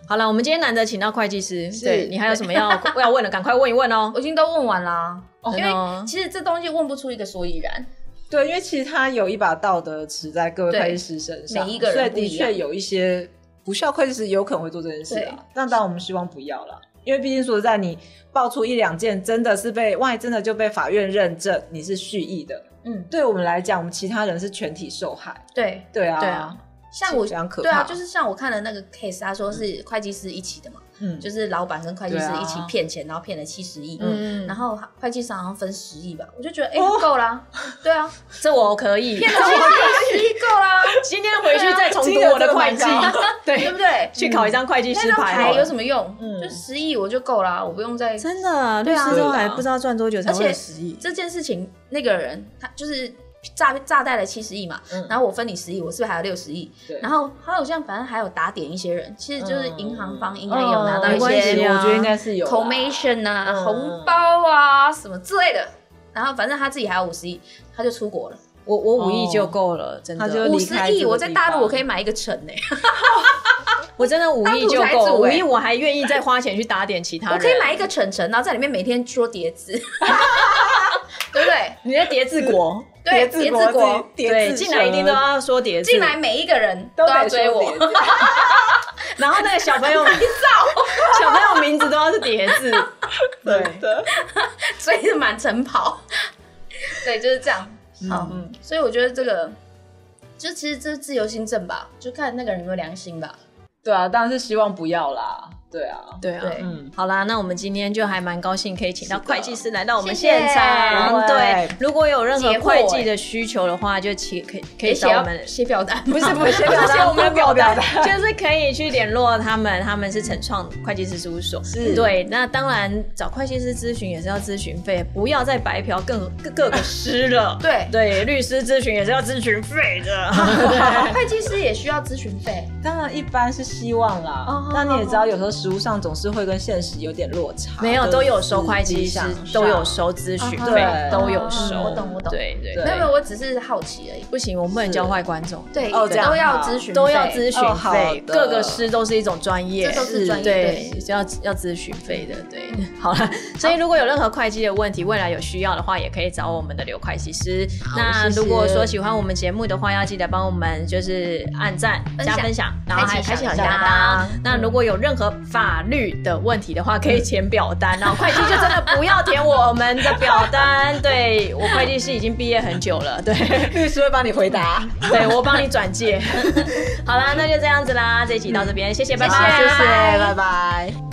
S1: 好了，我们今天难得请到会计师，对你还有什么要 <laughs> 要问的，赶快问一问哦
S2: <laughs> 我。已经都问完啦，因
S1: 真的哦
S2: 为其实这东西问不出一个所以然。
S3: 对，因为其实他有一把道德尺在各位
S2: 对
S3: 会计师身上，
S2: 每一个人
S3: 所以
S2: 不一
S3: 的
S2: 样
S3: 确有一些不需要会计师有可能会做这件事
S2: 对
S3: 啊。但当然我们希望不要啦，因为毕竟说实在，你爆出一两件真的是被万一真的就被法院认证你是蓄意的，
S2: 嗯，
S3: 对我们来讲，我们其他人是全体受害。
S2: 对
S3: 对啊，
S1: 对啊
S2: 像我
S3: 非常可
S2: 对啊，
S3: 怕
S2: 就是像我看的那个 case，他说
S1: 嗯
S2: 是会计师一起的嘛，
S3: 嗯
S2: 就是老板跟会计师一起
S3: 对啊
S2: 骗钱，然后骗了七十亿，
S1: 嗯哦
S2: 然后会计师好像分十亿吧，我就觉得哎、够啦，对啊，
S1: <laughs> 这我可以，
S2: 骗了七十亿 <laughs> 够啦，
S1: <laughs> 今天回去再重读我的会
S2: <laughs>
S1: 计
S3: 金额真的蛮，
S2: 对
S1: 对，
S2: 不对？
S1: 去考一张会计
S2: 那
S1: 师
S2: 张
S1: 牌
S2: 牌
S1: 好
S2: 有
S1: 了。嗯
S2: 什么用？就十亿我就够啦，我不用再
S1: 真的，
S2: 对
S1: 律
S2: 啊
S1: 师都
S3: 对
S1: 还
S3: 啊
S1: 不知道赚多久才
S2: 而且
S1: 会有十亿，
S2: 这件事情，那个人他就是诈诈贷了七十亿嘛，然后我分你十亿，我是不是还有六十亿
S3: 嗯对？
S2: 然后还有像反正还有打点一些人，其实就是银行方应该也
S3: 嗯
S2: 有拿到
S3: 没
S2: 一
S3: 关系
S2: 些
S1: 啊
S3: 我觉得应该是有啦
S2: commission 啊、
S3: 嗯
S2: 红包啊什么之类的。然后反正他自己还有五十亿，他就出国了。
S1: 我我五亿
S2: 哦
S1: 就够了，真
S3: 他就
S1: 的，
S2: 五
S3: 离
S2: 十
S3: 开这个
S2: 亿，我在
S3: 地
S2: 大陆
S3: 方
S2: 我可以买一个城欸呢、
S1: 我真的五亿就
S2: 当土财
S1: 够，
S2: 主
S1: 五
S2: 欸
S1: 亿我还愿意再花钱去打点其他
S2: <laughs> 我
S1: 人。
S2: 可以买一个城城，然后在里面每天捉叠
S3: <laughs>
S2: 字，对不对？
S1: 你的叠字国，
S2: 对，
S3: 叠
S2: 叠
S3: 字国
S2: 字国，
S3: 自己叠
S1: 对，
S3: 字
S1: 进来一定都要说叠字，
S2: 进来每一个人都
S3: 都
S2: 要
S3: 得
S2: 追我
S3: 说。叠字
S1: 然后那个小朋
S2: <laughs>
S1: 友， <laughs> 小朋友名字都要是叠字，对
S3: 真。的
S2: 追着满城跑。 <laughs> 对，就是这样。好，
S3: 嗯
S2: 所以我觉得这个就其实这是自由心证吧，就看那个人有没有良心吧。
S3: 对啊，当然是希望不要啦。对啊，
S1: 对啊，
S2: 对
S3: 嗯，
S1: 好啦，那我们今天就还蛮高兴，可以请到
S3: 是的
S1: 会计师来到我们
S2: 谢谢
S1: 现场。
S3: 不会
S1: 对，如果有任何
S2: 解惑
S1: 会计的需求的话，就请可以可以
S2: 也写
S1: 找我
S2: 要
S1: 们。
S2: 写表单，。
S1: 不是不是，不
S3: 表
S1: 是
S3: 单
S1: 我们的表
S3: 表
S1: 单，
S3: <laughs> 单
S1: 就是可以去联络他们，他们是成创会计师事务所。
S3: 是
S1: 对，那当然找会计师咨询也是要咨询费，不要再白嫖更各各个师了
S2: <laughs>
S1: <laughs>
S2: 对
S1: 对，律师咨询也是要咨询费的。
S2: 会计师也需要咨询费。
S3: 当然一般是希望啦
S2: 哦，
S3: 但你也知道，有时候实物上总是会跟现实有点落差。
S1: <laughs> 没有，
S3: 就是
S1: 都有收会计师
S3: 理想，上
S1: 都有。收咨询
S2: 啊
S1: 费
S3: 对，
S1: 都有
S2: 嗯
S1: 收。
S2: 我懂我懂
S1: 对对
S3: 对
S2: 没有没有，我只是好奇而已。
S1: 不行，我们不能教坏观众。
S2: 对，
S3: 哦这样
S2: 都要
S3: 好
S2: 咨询费，
S1: 都要咨
S3: 哦
S1: 询
S3: 好
S1: 费，
S3: 的
S1: 各个师都是一种专业，
S2: 这都是专业
S1: 对，要要咨询费的，对，好了。所以如果有任何会计的问题，未来有需要的话，也可以找我们的刘会计师。那
S2: 谢谢
S1: 如果说喜欢我们节目的话，要记得帮我们就是按赞、
S2: 分享
S1: 加分享，然后还
S2: 开
S1: 开
S2: 启
S1: 启
S2: 小
S1: 小
S2: 铃
S1: 铃
S2: 铛
S1: 铛。那如果有任何法律的问题的话，可以填表单，然后会计就真的不要填我们的表单。 <laughs> 对我会计师已经毕业很久了，对。
S3: <laughs> 律师会帮你回答。
S1: <laughs> 对我帮你转 <laughs> 介。好啦，那就这样子啦，这一集到这边，谢谢，拜拜，
S2: 谢谢
S3: 谢谢，拜拜。